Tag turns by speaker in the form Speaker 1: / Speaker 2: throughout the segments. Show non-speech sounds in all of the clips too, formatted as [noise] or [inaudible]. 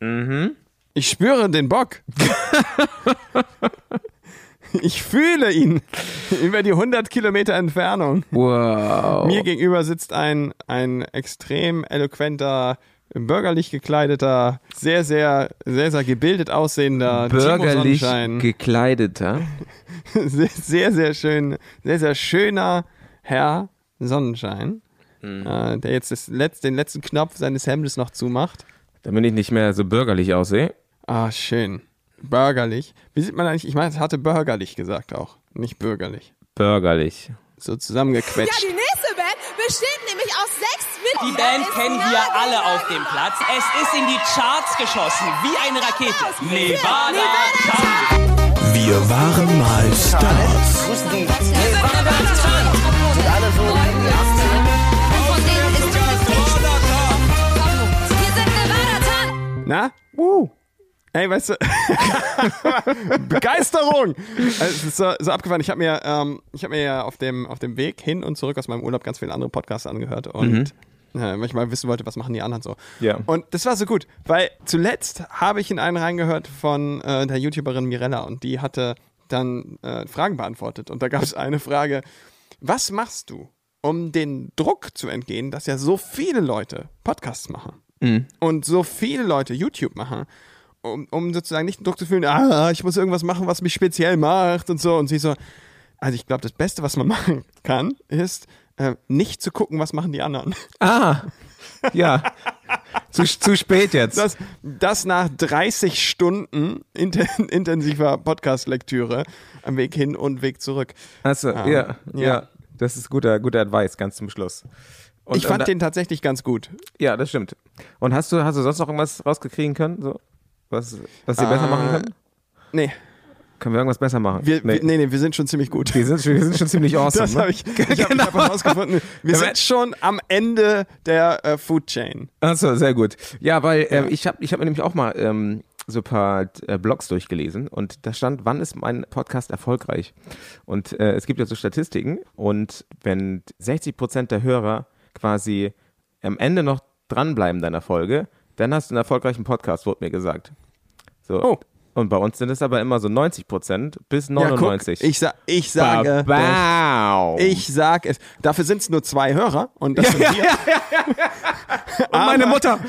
Speaker 1: Mhm.
Speaker 2: Ich spüre den Bock. ich fühle ihn über die 100 Kilometer Entfernung.
Speaker 1: Wow.
Speaker 2: Mir gegenüber sitzt ein, ein extrem eloquenter, bürgerlich gekleideter, sehr, sehr, sehr, sehr gebildet aussehender Timo
Speaker 1: Bürgerlich
Speaker 2: Sonnenschein.
Speaker 1: gekleideter.
Speaker 2: [laughs] sehr, sehr, sehr schön, sehr, sehr schöner Herr Sonnenschein, äh, der jetzt das Letz-, den letzten Knopf seines Hemdes noch zumacht.
Speaker 1: Damit ich nicht mehr so bürgerlich aussehe.
Speaker 2: Ah, schön. Bürgerlich. Wie sieht man eigentlich? Ich meine, es hatte bürgerlich gesagt auch, nicht bürgerlich.
Speaker 1: Bürgerlich.
Speaker 2: So zusammengequetscht.
Speaker 3: Ja, die nächste Band besteht nämlich aus sechs
Speaker 4: Die
Speaker 3: Mitgliedern.
Speaker 4: Band
Speaker 3: Es
Speaker 4: kennen
Speaker 3: ist
Speaker 4: wir
Speaker 3: Nirvana.
Speaker 4: alle auf dem Platz. Es ist in die Charts geschossen, wie eine Rakete. Nevada Town.
Speaker 5: Wir waren mal Stars.
Speaker 3: Von denen ist Jonathan Sammlung. Wir sind Nevada Tan.
Speaker 2: Na? Woo. Ey, weißt du, [laughs] Begeisterung! Also, es ist so, so abgefahren. Ich habe mir, ähm, ich hab mir ja auf dem, auf dem Weg hin und zurück aus meinem Urlaub ganz viele andere Podcasts angehört und äh, weil ich mal wissen wollte, was machen die anderen so.
Speaker 1: Ja.
Speaker 2: Und das war so gut, weil zuletzt habe ich in einen reingehört von äh, der YouTuberin Mirella und die hatte dann äh, Fragen beantwortet. Und da gab es eine Frage, was machst du, um den Druck zu entgehen, dass ja so viele Leute Podcasts machen?
Speaker 1: Mhm.
Speaker 2: und so viele Leute YouTube machen, um, um sozusagen nicht den Druck zu fühlen, ah, ich muss irgendwas machen, was mich speziell macht und so. Und sie so, also ich glaube, das Beste, was man [laughs] machen kann, ist, äh, nicht zu gucken, was machen die anderen.
Speaker 1: Ah. Ja. zu, zu spät jetzt.
Speaker 2: Das, das nach 30 Stunden inten intensiver Podcast-Lektüre am Weg hin und Weg zurück.
Speaker 1: Achso, ja, ja,
Speaker 2: Ah. ja.
Speaker 1: Das ist guter, guter Advice, ganz zum Schluss. Und,
Speaker 2: Ich fand
Speaker 1: und,
Speaker 2: den tatsächlich ganz gut.
Speaker 1: Ja, das stimmt. Und hast du, hast du sonst noch irgendwas rauskriegen können? So? Was, was wir besser machen können?
Speaker 2: Nee,
Speaker 1: Können wir irgendwas besser machen?
Speaker 2: Ah. wir, wir, nee, nee, wir sind schon ziemlich gut.
Speaker 1: Wir, sind, schon- wir sind schon ziemlich awesome.
Speaker 2: Das
Speaker 1: ne?
Speaker 2: habe ich, [laughs] ich hab, ich hab herausgefunden. Wir
Speaker 1: Aber-
Speaker 2: sind schon am Ende der äh, Food Chain.
Speaker 1: Achso, sehr gut. Ja, weil äh, ich habe ich hab mir nämlich auch mal ähm, so ein paar äh, Blogs durchgelesen und da stand, wann ist mein Podcast erfolgreich? Und äh, es gibt ja so Statistiken und wenn 60 Prozent der Hörer quasi am Ende noch dranbleiben deiner Folge, dann hast du einen erfolgreichen Podcast, wurde mir gesagt. So.
Speaker 2: Oh.
Speaker 1: Und bei uns sind es aber immer so 90 Prozent bis 99.
Speaker 2: Ja, guck, ich, sa ich sage, das-
Speaker 1: wow.
Speaker 2: ich sag es. Dafür sind es nur zwei Hörer und das sind wir.
Speaker 1: und meine Mutter. [laughs]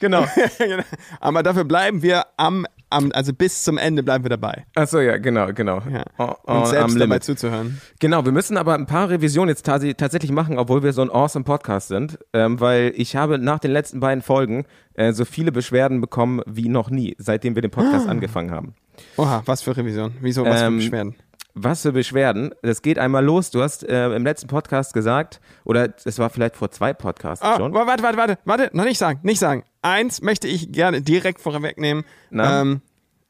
Speaker 1: Genau.
Speaker 2: [laughs] Genau. Aber dafür bleiben wir am, am, also bis zum Ende bleiben wir dabei.
Speaker 1: Achso, ja, genau, genau.
Speaker 2: Ja.
Speaker 1: Oh, oh,
Speaker 2: und
Speaker 1: am
Speaker 2: selbst dabei
Speaker 1: Limit.
Speaker 2: zuzuhören.
Speaker 1: Genau, wir müssen aber ein paar Revisionen jetzt tasi- tatsächlich machen, obwohl wir so ein awesome Podcast sind, ähm, weil ich habe nach den letzten beiden Folgen äh, so viele Beschwerden bekommen wie noch nie, seitdem wir den
Speaker 2: Ah.
Speaker 1: Podcast angefangen haben.
Speaker 2: Oha, was für Revision. Wieso, was
Speaker 1: Ähm,
Speaker 2: für Beschwerden?
Speaker 1: Was für Beschwerden? Das geht einmal los. Du hast äh, im letzten Podcast gesagt, oder es war vielleicht vor zwei Podcasts
Speaker 2: Ah,
Speaker 1: schon.
Speaker 2: wa- warte, warte, warte, warte, noch nicht sagen, nicht sagen. Eins möchte ich gerne direkt vorwegnehmen.
Speaker 1: Na?
Speaker 2: Ähm,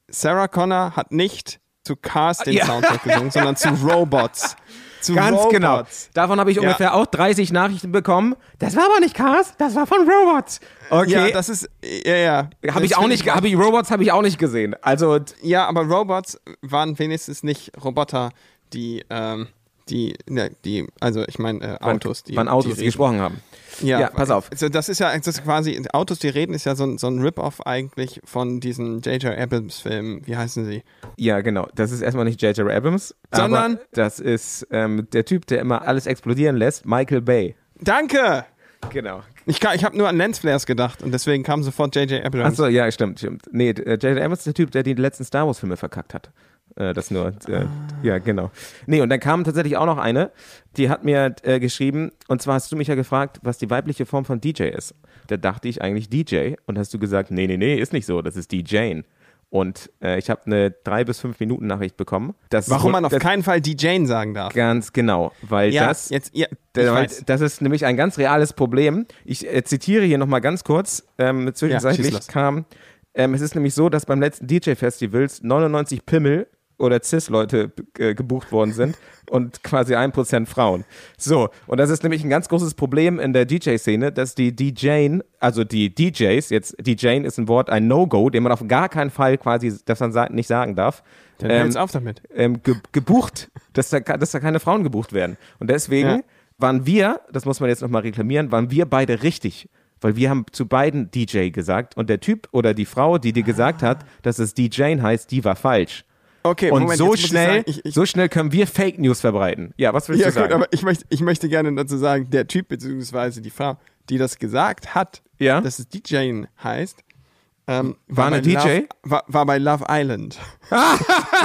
Speaker 2: Sarah Connor hat nicht zu Cars den
Speaker 1: Ja.
Speaker 2: Soundtrack gesungen, sondern
Speaker 1: [laughs]
Speaker 2: zu Robots. Zu
Speaker 1: Ganz
Speaker 2: Robots.
Speaker 1: genau. Davon habe ich ungefähr auch 30 Nachrichten bekommen. Das war aber nicht Cars, das war von Robots. Okay.
Speaker 2: Ja, das ist, ja, ja.
Speaker 1: habe ich
Speaker 2: Das
Speaker 1: auch
Speaker 2: finde
Speaker 1: nicht, habe ich Robots habe ich auch nicht gesehen. Also
Speaker 2: Ja, aber Robots waren wenigstens nicht Roboter, die, ähm, die, ne, die, also ich meine äh, Autos, die,
Speaker 1: wann Autos die,
Speaker 2: die reden.
Speaker 1: gesprochen haben. ja, pass auf.
Speaker 2: Also das ist ja das ist quasi Autos, die reden, ist ja so ein, so ein Rip-off eigentlich von diesen J.J. Abrams-Filmen. Wie heißen sie?
Speaker 1: Ja, genau. Das ist erstmal nicht J.J. Abrams,
Speaker 2: Sondern?
Speaker 1: aber das ist ähm, der Typ, der immer alles explodieren lässt, Michael Bay.
Speaker 2: Danke.
Speaker 1: Genau.
Speaker 2: Ich, kann- ich habe nur an Lensflares gedacht und deswegen kam sofort J.J. Abrams.
Speaker 1: Achso, ja, stimmt, stimmt. Nee, äh, J.J. Abrams ist der Typ, der die letzten Star Wars-Filme verkackt hat. Äh, Das nur,
Speaker 2: Ah.
Speaker 1: äh, ja, genau. Nee, und dann kam tatsächlich auch noch eine, die hat mir äh, geschrieben, und zwar hast du mich ja gefragt, was die weibliche Form von DJ ist. Da dachte ich eigentlich DJ, und hast du gesagt, nee, nee, nee, ist nicht so, das ist DJ. Und äh, ich habe eine drei bis fünf Minuten Nachricht bekommen. dass-
Speaker 2: Warum man auf
Speaker 1: dass-
Speaker 2: keinen Fall die Jane sagen darf.
Speaker 1: Ganz genau, weil
Speaker 2: Ja,
Speaker 1: das,
Speaker 2: jetzt, ja, ich
Speaker 1: da- weil
Speaker 2: weiß.
Speaker 1: das ist nämlich ein ganz reales Problem. Ich äh, zitiere hier nochmal ganz kurz, ähm,
Speaker 2: schieß
Speaker 1: zwischenzeitlich
Speaker 2: los.
Speaker 1: kam, ähm, es ist nämlich so, dass beim letzten DJ-Festivals 99 Pimmel oder Cis-Leute äh, gebucht
Speaker 2: [laughs]
Speaker 1: worden sind und quasi 1% Frauen. So, und das ist nämlich ein ganz großes Problem in der DJ-Szene, dass die DJen, also die DJs, jetzt DJen ist ein Wort, ein No-Go, den man auf gar keinen Fall quasi, dass man sa- nicht sagen darf
Speaker 2: Dann hör jetzt auf damit.
Speaker 1: ähm, ge gebucht, dass da, ka- dass da keine Frauen gebucht werden. Und deswegen
Speaker 2: Ja.
Speaker 1: waren wir, das muss man jetzt nochmal reklamieren, waren wir beide richtig. Weil wir haben zu beiden DJ gesagt und der Typ oder die Frau, die dir gesagt hat, dass es DJ heißt, die war falsch.
Speaker 2: Okay,
Speaker 1: Und
Speaker 2: Moment, jetzt
Speaker 1: so
Speaker 2: muss ich
Speaker 1: schnell,
Speaker 2: sagen, ich, ich,
Speaker 1: so schnell können wir Fake News verbreiten. Ja, was willst
Speaker 2: ja,
Speaker 1: du sagen?
Speaker 2: gut, aber ich möchte, ich möchte gerne dazu sagen, der Typ bzw. die Frau, die das gesagt hat,
Speaker 1: Ja.
Speaker 2: dass es DJ heißt, ähm,
Speaker 1: War eine
Speaker 2: bei
Speaker 1: DJ?
Speaker 2: Love, war, war bei Love Island. [laughs]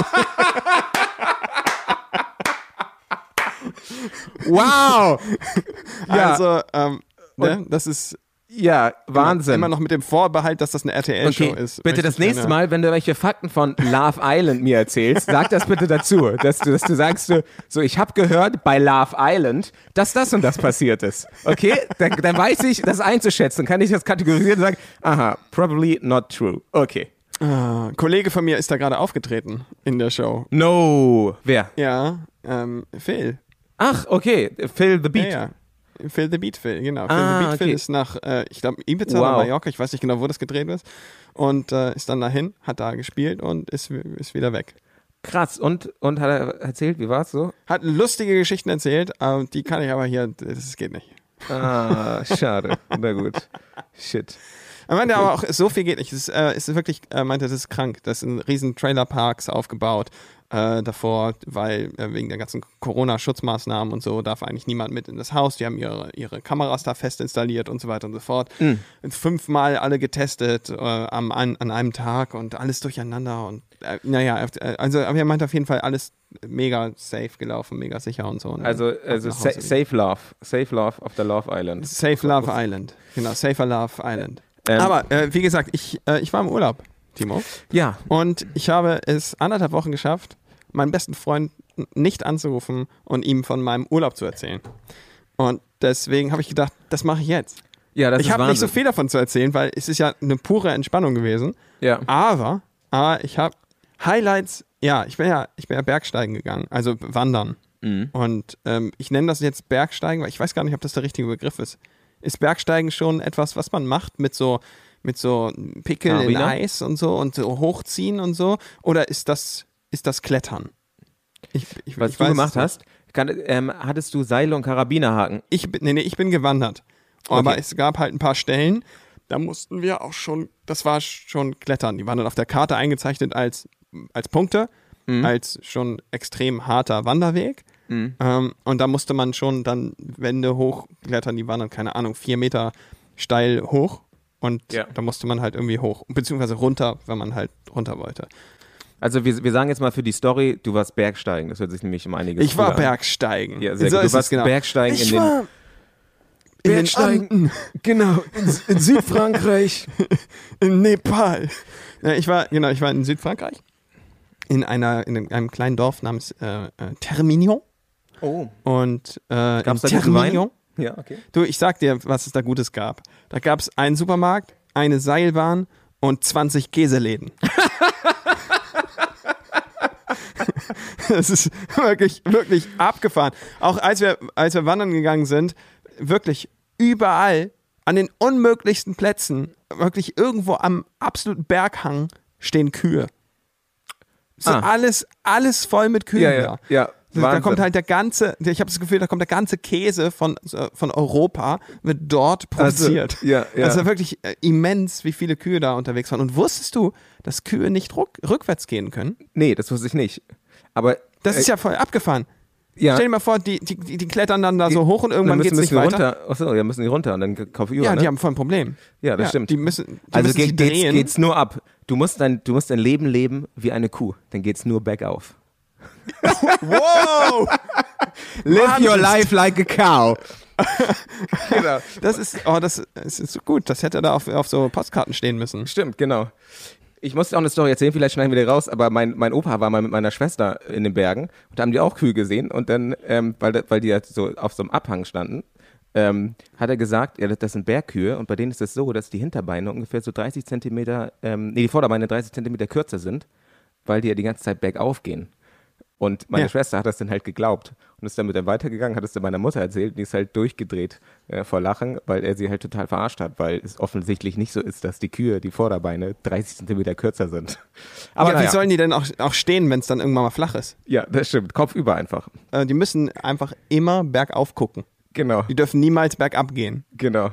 Speaker 1: wow! ja,
Speaker 2: Also, ähm, ne, das ist
Speaker 1: ja, Wahnsinn.
Speaker 2: immer noch mit dem Vorbehalt, dass das eine RTL-Show
Speaker 1: Okay,
Speaker 2: ist.
Speaker 1: bitte
Speaker 2: möchte
Speaker 1: das
Speaker 2: ich
Speaker 1: nächste
Speaker 2: gerne-
Speaker 1: Mal, wenn du welche Fakten von Love Island mir erzählst, sag das bitte dazu, dass du, dass du sagst, so, so ich habe gehört bei Love Island, dass das und das passiert ist. Okay, dann, dann weiß ich das einzuschätzen, kann ich das kategorisieren und sagen, aha, probably not true. Okay.
Speaker 2: Ein Ah, Kollege von mir ist da gerade aufgetreten in der Show.
Speaker 1: No, wer?
Speaker 2: Ja, ähm, Phil.
Speaker 1: Ach, okay, Phil the Beat.
Speaker 2: Ja, ja. Phil the Beat Phil, genau.
Speaker 1: Ah,
Speaker 2: Phil the Beat Phil
Speaker 1: okay.
Speaker 2: ist nach, äh, ich glaube, Ibiza
Speaker 1: Wow.
Speaker 2: oder Mallorca, ich weiß nicht genau, wo das gedreht ist. Und äh, ist dann dahin, hat da gespielt und ist, ist wieder weg.
Speaker 1: Krass. Und und hat er erzählt, wie war's so?
Speaker 2: Hat lustige Geschichten erzählt, äh, die kann ich aber hier, das geht nicht.
Speaker 1: Ah, schade. Na gut. Shit.
Speaker 2: Er meinte aber auch, so viel geht nicht. Es ist, äh, es ist wirklich, er meinte, das ist krank. Das sind riesen Trailerparks aufgebaut äh, davor, weil äh, wegen der ganzen Corona-Schutzmaßnahmen und so darf eigentlich niemand mit in das Haus. Die haben ihre, ihre Kameras da fest installiert und so weiter und so fort.
Speaker 1: Mhm.
Speaker 2: Fünfmal alle getestet äh, am, an, an einem Tag und alles durcheinander. Und äh, naja, äh, also aber er meinte auf jeden Fall alles mega safe gelaufen, mega sicher und so. Und
Speaker 1: Also
Speaker 2: dann
Speaker 1: also
Speaker 2: nach
Speaker 1: sa
Speaker 2: Hause
Speaker 1: Safe Love, Safe Love auf der Love Island.
Speaker 2: Safe Love Island. Genau, Safer Love Island.
Speaker 1: Ähm.
Speaker 2: Aber äh, wie gesagt, ich, äh, ich war im Urlaub, Timo.
Speaker 1: Ja,
Speaker 2: Und ich habe es anderthalb Wochen geschafft, meinen besten Freund n- nicht anzurufen und ihm von meinem Urlaub zu erzählen. Und deswegen habe ich gedacht, das mache ich jetzt.
Speaker 1: ja, das
Speaker 2: ich
Speaker 1: ist
Speaker 2: habe nicht so
Speaker 1: Wahnsinn.
Speaker 2: viel davon zu erzählen, weil es ist ja eine pure Entspannung gewesen.
Speaker 1: ja.
Speaker 2: Aber, aber ich habe Highlights, ja, ich bin ja, ich bin ja Bergsteigen gegangen, also wandern.
Speaker 1: Mhm.
Speaker 2: Und ähm, ich nenne das jetzt Bergsteigen, weil ich weiß gar nicht, ob das der richtige Begriff ist. Ist Bergsteigen schon etwas, was man macht mit so mit so Pickel in
Speaker 1: Karabiner?
Speaker 2: Eis und so und so hochziehen und so? Oder ist das ist das Klettern? Ich, ich,
Speaker 1: was
Speaker 2: ich
Speaker 1: du
Speaker 2: weiß es
Speaker 1: gemacht
Speaker 2: nicht.
Speaker 1: hast, kann, ähm, hattest du Seile und Karabinerhaken.
Speaker 2: Ich bin, nee, nee, ich bin gewandert. Aber
Speaker 1: Okay.
Speaker 2: es gab halt ein paar Stellen, da mussten wir auch schon, das war schon Klettern. Die waren dann auf der Karte eingezeichnet als, als Punkte, als schon extrem harter Wanderweg. Ähm, und da musste man schon dann Wände hochklettern, die waren dann, keine Ahnung, vier Meter steil hoch. Und
Speaker 1: Ja.
Speaker 2: da musste man halt irgendwie hoch, beziehungsweise runter, wenn man halt runter wollte.
Speaker 1: Also wir, wir sagen jetzt mal für die Story, du warst Bergsteigen. Das hört sich nämlich um einiges
Speaker 2: Ich war
Speaker 1: cooler an.
Speaker 2: Bergsteigen.
Speaker 1: Ja, sehr
Speaker 2: So
Speaker 1: gut. Du
Speaker 2: ist es,
Speaker 1: warst Bergsteigen
Speaker 2: genau ich
Speaker 1: in den-
Speaker 2: war in den Anden.
Speaker 1: Genau, in, Südfrankreich.
Speaker 2: in Nepal. Ja, ich war, genau, ich war in Südfrankreich. In, einer, in einem kleinen Dorf namens äh, äh, Termignon.
Speaker 1: [laughs] Oh.
Speaker 2: Und äh,
Speaker 1: Gab's da
Speaker 2: in
Speaker 1: guten Wein?
Speaker 2: Termignon.
Speaker 1: Ja, okay.
Speaker 2: Du, ich sag dir, was es da Gutes gab. Da gab es einen Supermarkt, eine Seilbahn und 20 Käseläden. [laughs] das ist wirklich, wirklich abgefahren. Auch als wir, als wir wandern gegangen sind, wirklich überall an den unmöglichsten Plätzen, wirklich irgendwo am absoluten Berghang stehen Kühe. So
Speaker 1: Ah.
Speaker 2: alles, alles voll mit Kühen
Speaker 1: Ja, ja,
Speaker 2: da.
Speaker 1: ja.
Speaker 2: Da- Da
Speaker 1: Wahnsinn.
Speaker 2: kommt halt der ganze, ich habe das Gefühl, da kommt der ganze Käse von, äh, von Europa, wird dort produziert.
Speaker 1: Also, ja, ja.
Speaker 2: Also wirklich äh, immens, wie viele Kühe da unterwegs waren. Und wusstest du, dass Kühe nicht ruck, rückwärts gehen können?
Speaker 1: Nee, das wusste ich nicht. Aber
Speaker 2: Das ist
Speaker 1: äh,
Speaker 2: ja voll abgefahren.
Speaker 1: ja
Speaker 2: Stell dir mal vor, die, die, die die klettern dann da so hoch und irgendwann
Speaker 1: dann
Speaker 2: geht's
Speaker 1: müssen,
Speaker 2: nicht
Speaker 1: müssen die
Speaker 2: weiter.
Speaker 1: runter. Achso, ja, müssen die runter und dann kauf über,
Speaker 2: Ja,
Speaker 1: ne?
Speaker 2: die haben voll ein Problem.
Speaker 1: ja, das stimmt.
Speaker 2: Die müssen, die
Speaker 1: also
Speaker 2: müssen sich
Speaker 1: geht, geht's,
Speaker 2: drehen.
Speaker 1: geht's nur ab. Du musst, dein, du musst dein Leben leben wie eine Kuh. Dann geht's nur [laughs] bergauf.
Speaker 2: Wow!
Speaker 1: [laughs] Live
Speaker 2: your
Speaker 1: life like a cow.
Speaker 2: Das ist, oh, das ist, ist so gut. Das hätte da auf, auf so Postkarten stehen müssen.
Speaker 1: Stimmt, genau. Ich musste auch eine Story erzählen, vielleicht schneiden wir die raus, aber mein, mein Opa war mal mit meiner Schwester in den Bergen und da haben die auch Kühe gesehen und dann, ähm, weil, da- weil die ja so auf so einem Abhang standen, ähm, hat er gesagt, ja, das- das sind Bergkühe und bei denen ist es das so, dass die Hinterbeine ungefähr so 30 Zentimeter, ähm, nee, die Vorderbeine 30 Zentimeter kürzer sind, weil die ja die ganze Zeit bergauf gehen. Und meine
Speaker 2: Ja.
Speaker 1: Schwester hat das dann halt geglaubt und ist dann mit dann weitergegangen, hat es dann meiner Mutter erzählt und die ist halt durchgedreht äh, vor Lachen, weil er sie halt total verarscht hat, weil es offensichtlich nicht so ist, dass die Kühe, die Vorderbeine 30 Zentimeter kürzer sind. Aber
Speaker 2: ja,
Speaker 1: naja,
Speaker 2: wie sollen die denn auch, auch stehen, wenn es dann irgendwann mal flach ist?
Speaker 1: ja, das stimmt. Kopf über einfach.
Speaker 2: Äh, die müssen einfach immer bergauf gucken.
Speaker 1: Genau,
Speaker 2: Die dürfen niemals bergab gehen.
Speaker 1: genau.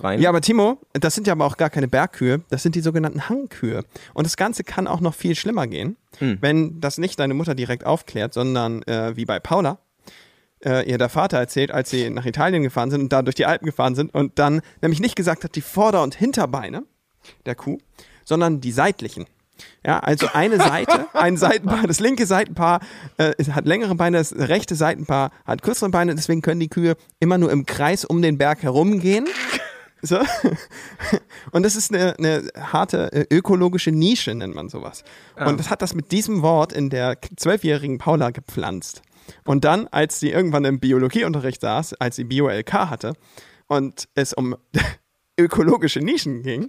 Speaker 1: rein.
Speaker 2: Ja, aber Timo, das sind ja aber auch gar keine Bergkühe, das sind die sogenannten Hangkühe. Und das Ganze kann auch noch viel schlimmer gehen, wenn das nicht deine Mutter direkt aufklärt, sondern äh, wie bei Paula, äh, ihr der Vater erzählt, als sie nach Italien gefahren sind und da durch die Alpen gefahren sind und dann nämlich nicht gesagt hat, die Vorder- und Hinterbeine der Kuh, sondern die seitlichen. Ja, also eine Seite, ein Seitenpaar, das linke Seitenpaar äh, es hat längere Beine, das rechte Seitenpaar hat kürzere Beine, deswegen können die Kühe immer nur im Kreis um den Berg herumgehen. So. [laughs] Und das ist eine, eine harte äh, ökologische Nische, nennt man sowas. Und das hat das mit diesem Wort in der k- zwölfjährigen Paula gepflanzt. Und dann, als sie irgendwann im Biologieunterricht saß, als sie Bio-LK hatte und es um [laughs] ökologische Nischen ging,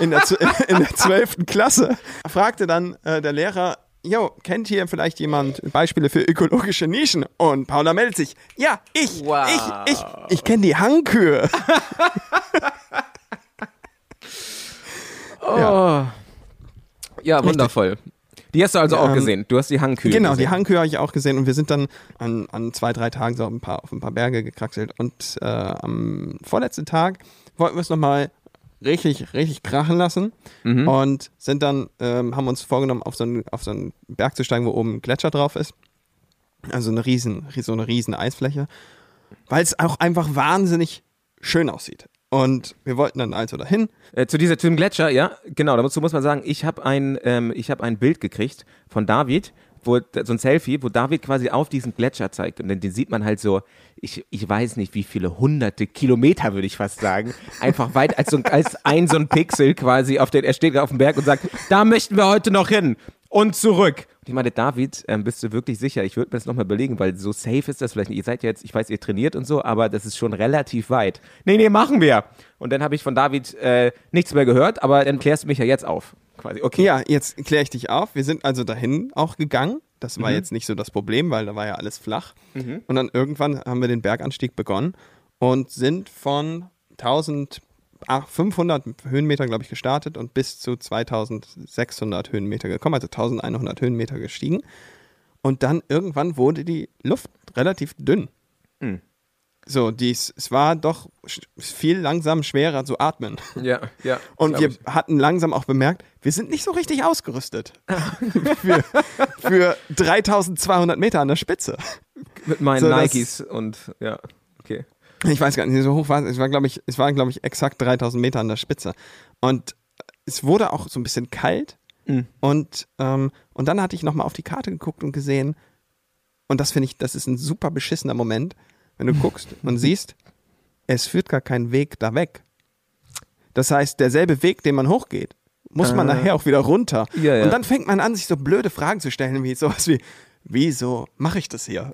Speaker 2: in der, Z- in der 12. Klasse, fragte dann äh, der Lehrer, Jo, kennt hier vielleicht jemand Beispiele für ökologische Nischen? Und Paula meldet sich, ja, ich, ich, ich, ich kenne die Hangkühe.
Speaker 1: ja, wundervoll. Die hast du also auch gesehen. Du hast die Hangkühe
Speaker 2: Ähm, Genau, die
Speaker 1: gesehen.
Speaker 2: Hangkühe habe ich auch gesehen und wir sind dann an, an zwei, drei Tagen so auf ein paar, auf ein paar Berge gekraxelt und äh, am vorletzten Tag wollten wir es nochmal richtig, richtig krachen lassen und sind dann, ähm, haben uns vorgenommen, auf so, einen, auf so einen Berg zu steigen, wo oben ein Gletscher drauf ist. Also eine riesen, so eine riesen Eisfläche, weil es auch einfach wahnsinnig schön aussieht. Und wir wollten dann also dahin.
Speaker 1: Äh, zu dieser zu dem Gletscher, ja, genau. Dazu muss man sagen, ich habe ein, ähm, ich habe ein Bild gekriegt von David, wo so ein Selfie, wo David quasi auf diesen Gletscher zeigt und dann den sieht man halt so, ich, ich weiß nicht, wie viele hunderte Kilometer würde ich fast sagen, einfach weit als, so, ein- als ein so ein Pixel quasi auf den, er steht auf dem Berg und sagt, da möchten wir heute noch hin und zurück. Und ich meine, David, ähm, bist du wirklich sicher? Ich würde mir das nochmal belegen, weil so safe ist das vielleicht nicht. Ihr seid ja jetzt, ich weiß, ihr trainiert und so, aber das ist schon relativ weit. Nee, nee, machen wir. Und dann habe ich von David äh, nichts mehr gehört, aber dann klärst du mich ja jetzt auf. Quasi, okay.
Speaker 2: Ja, jetzt kläre ich dich auf. Wir sind also dahin auch gegangen. Das war jetzt nicht so das Problem, weil da war ja alles flach. Und dann irgendwann haben wir den Berganstieg begonnen und sind von 1500 Höhenmeter, glaube ich, gestartet und bis zu 2600 Höhenmeter gekommen, also 1100 Höhenmeter gestiegen. Und dann irgendwann wurde die Luft relativ dünn. So, dies, es war doch sch- viel langsam schwerer zu atmen.
Speaker 1: ja. ja
Speaker 2: Und wir hatten langsam auch bemerkt, wir sind nicht so richtig ausgerüstet [laughs] für, für 3200 Meter an der Spitze.
Speaker 1: mit meinen
Speaker 2: so, das-
Speaker 1: Nikes und ja, okay.
Speaker 2: Ich weiß gar nicht, so hoch war es. Es war, glaube ich, es waren, glaube ich, exakt 3000 Meter an der Spitze. Und es wurde auch so ein bisschen kalt.
Speaker 1: Mhm.
Speaker 2: Und, ähm, und dann hatte ich nochmal auf die Karte geguckt und gesehen, und das finde ich, das ist ein super beschissener Moment, wenn
Speaker 1: [laughs]
Speaker 2: du guckst und siehst, es führt gar keinen Weg da weg. Das heißt, derselbe Weg, den man hochgeht, muss man nachher auch wieder runter.
Speaker 1: Ah. Ja, ja.
Speaker 2: Und dann fängt man an, sich so blöde Fragen zu stellen, wie sowas wie, wieso mache ich das
Speaker 1: [laughs]
Speaker 2: hier?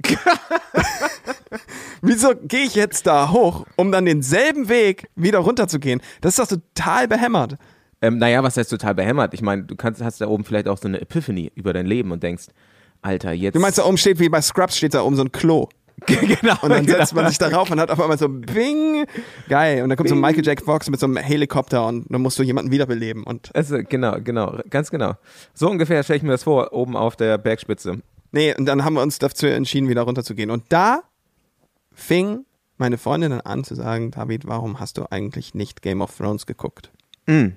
Speaker 2: Wieso gehe ich jetzt da hoch, um dann denselben Weg wieder runterzugehen? Das ist doch total behämmert.
Speaker 1: Ähm, naja, was heißt total behämmert? Ich meine, du kannst, hast da oben vielleicht auch so eine Epiphany über dein Leben und denkst, Alter, jetzt.
Speaker 2: Du
Speaker 1: [laughs]
Speaker 2: meinst, da oben steht, wie bei Scrubs steht da oben so ein Klo.
Speaker 1: genau.
Speaker 2: Und
Speaker 1: [laughs]
Speaker 2: dann setzt man sich darauf und hat auf einmal so Bing. Geil. Und dann kommt so ein Michael Jack Fox mit so einem Helikopter und dann musst du jemanden wiederbeleben. Und
Speaker 1: Also, genau, genau, ganz genau. So ungefähr stelle ich mir das vor, oben auf der Bergspitze.
Speaker 2: nee, und dann haben wir uns dazu entschieden, wieder runterzugehen. Und da fing meine Freundin dann an zu sagen, David, warum hast du eigentlich nicht Game of Thrones geguckt?
Speaker 1: Mm.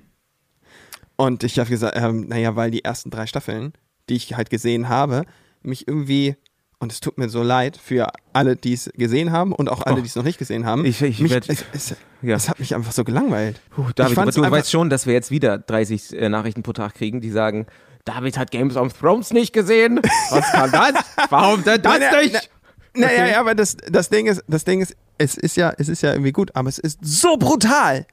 Speaker 2: Und ich habe gesagt, ähm, naja, weil die ersten drei Staffeln, die ich halt gesehen habe, mich irgendwie, und es tut mir so leid für alle, die es gesehen haben und auch alle, die es noch nicht gesehen haben,
Speaker 1: Ich- ich
Speaker 2: mich,
Speaker 1: werd-
Speaker 2: es, es,
Speaker 1: Ja.
Speaker 2: es hat mich einfach so gelangweilt.
Speaker 1: Puh, Oh, David,
Speaker 2: ich
Speaker 1: aber
Speaker 2: fand's
Speaker 1: du
Speaker 2: einfach-
Speaker 1: weißt schon, dass wir jetzt wieder 30 äh, Nachrichten pro Tag kriegen, die sagen, David hat Games of Thrones
Speaker 2: [laughs]
Speaker 1: nicht gesehen. Was kann das? Warum denn das
Speaker 2: Nein, nein,
Speaker 1: nicht?
Speaker 2: Naja, ja, aber das, das Ding ist, das Ding ist, es ist ja, es ist ja irgendwie gut, aber es ist so brutal.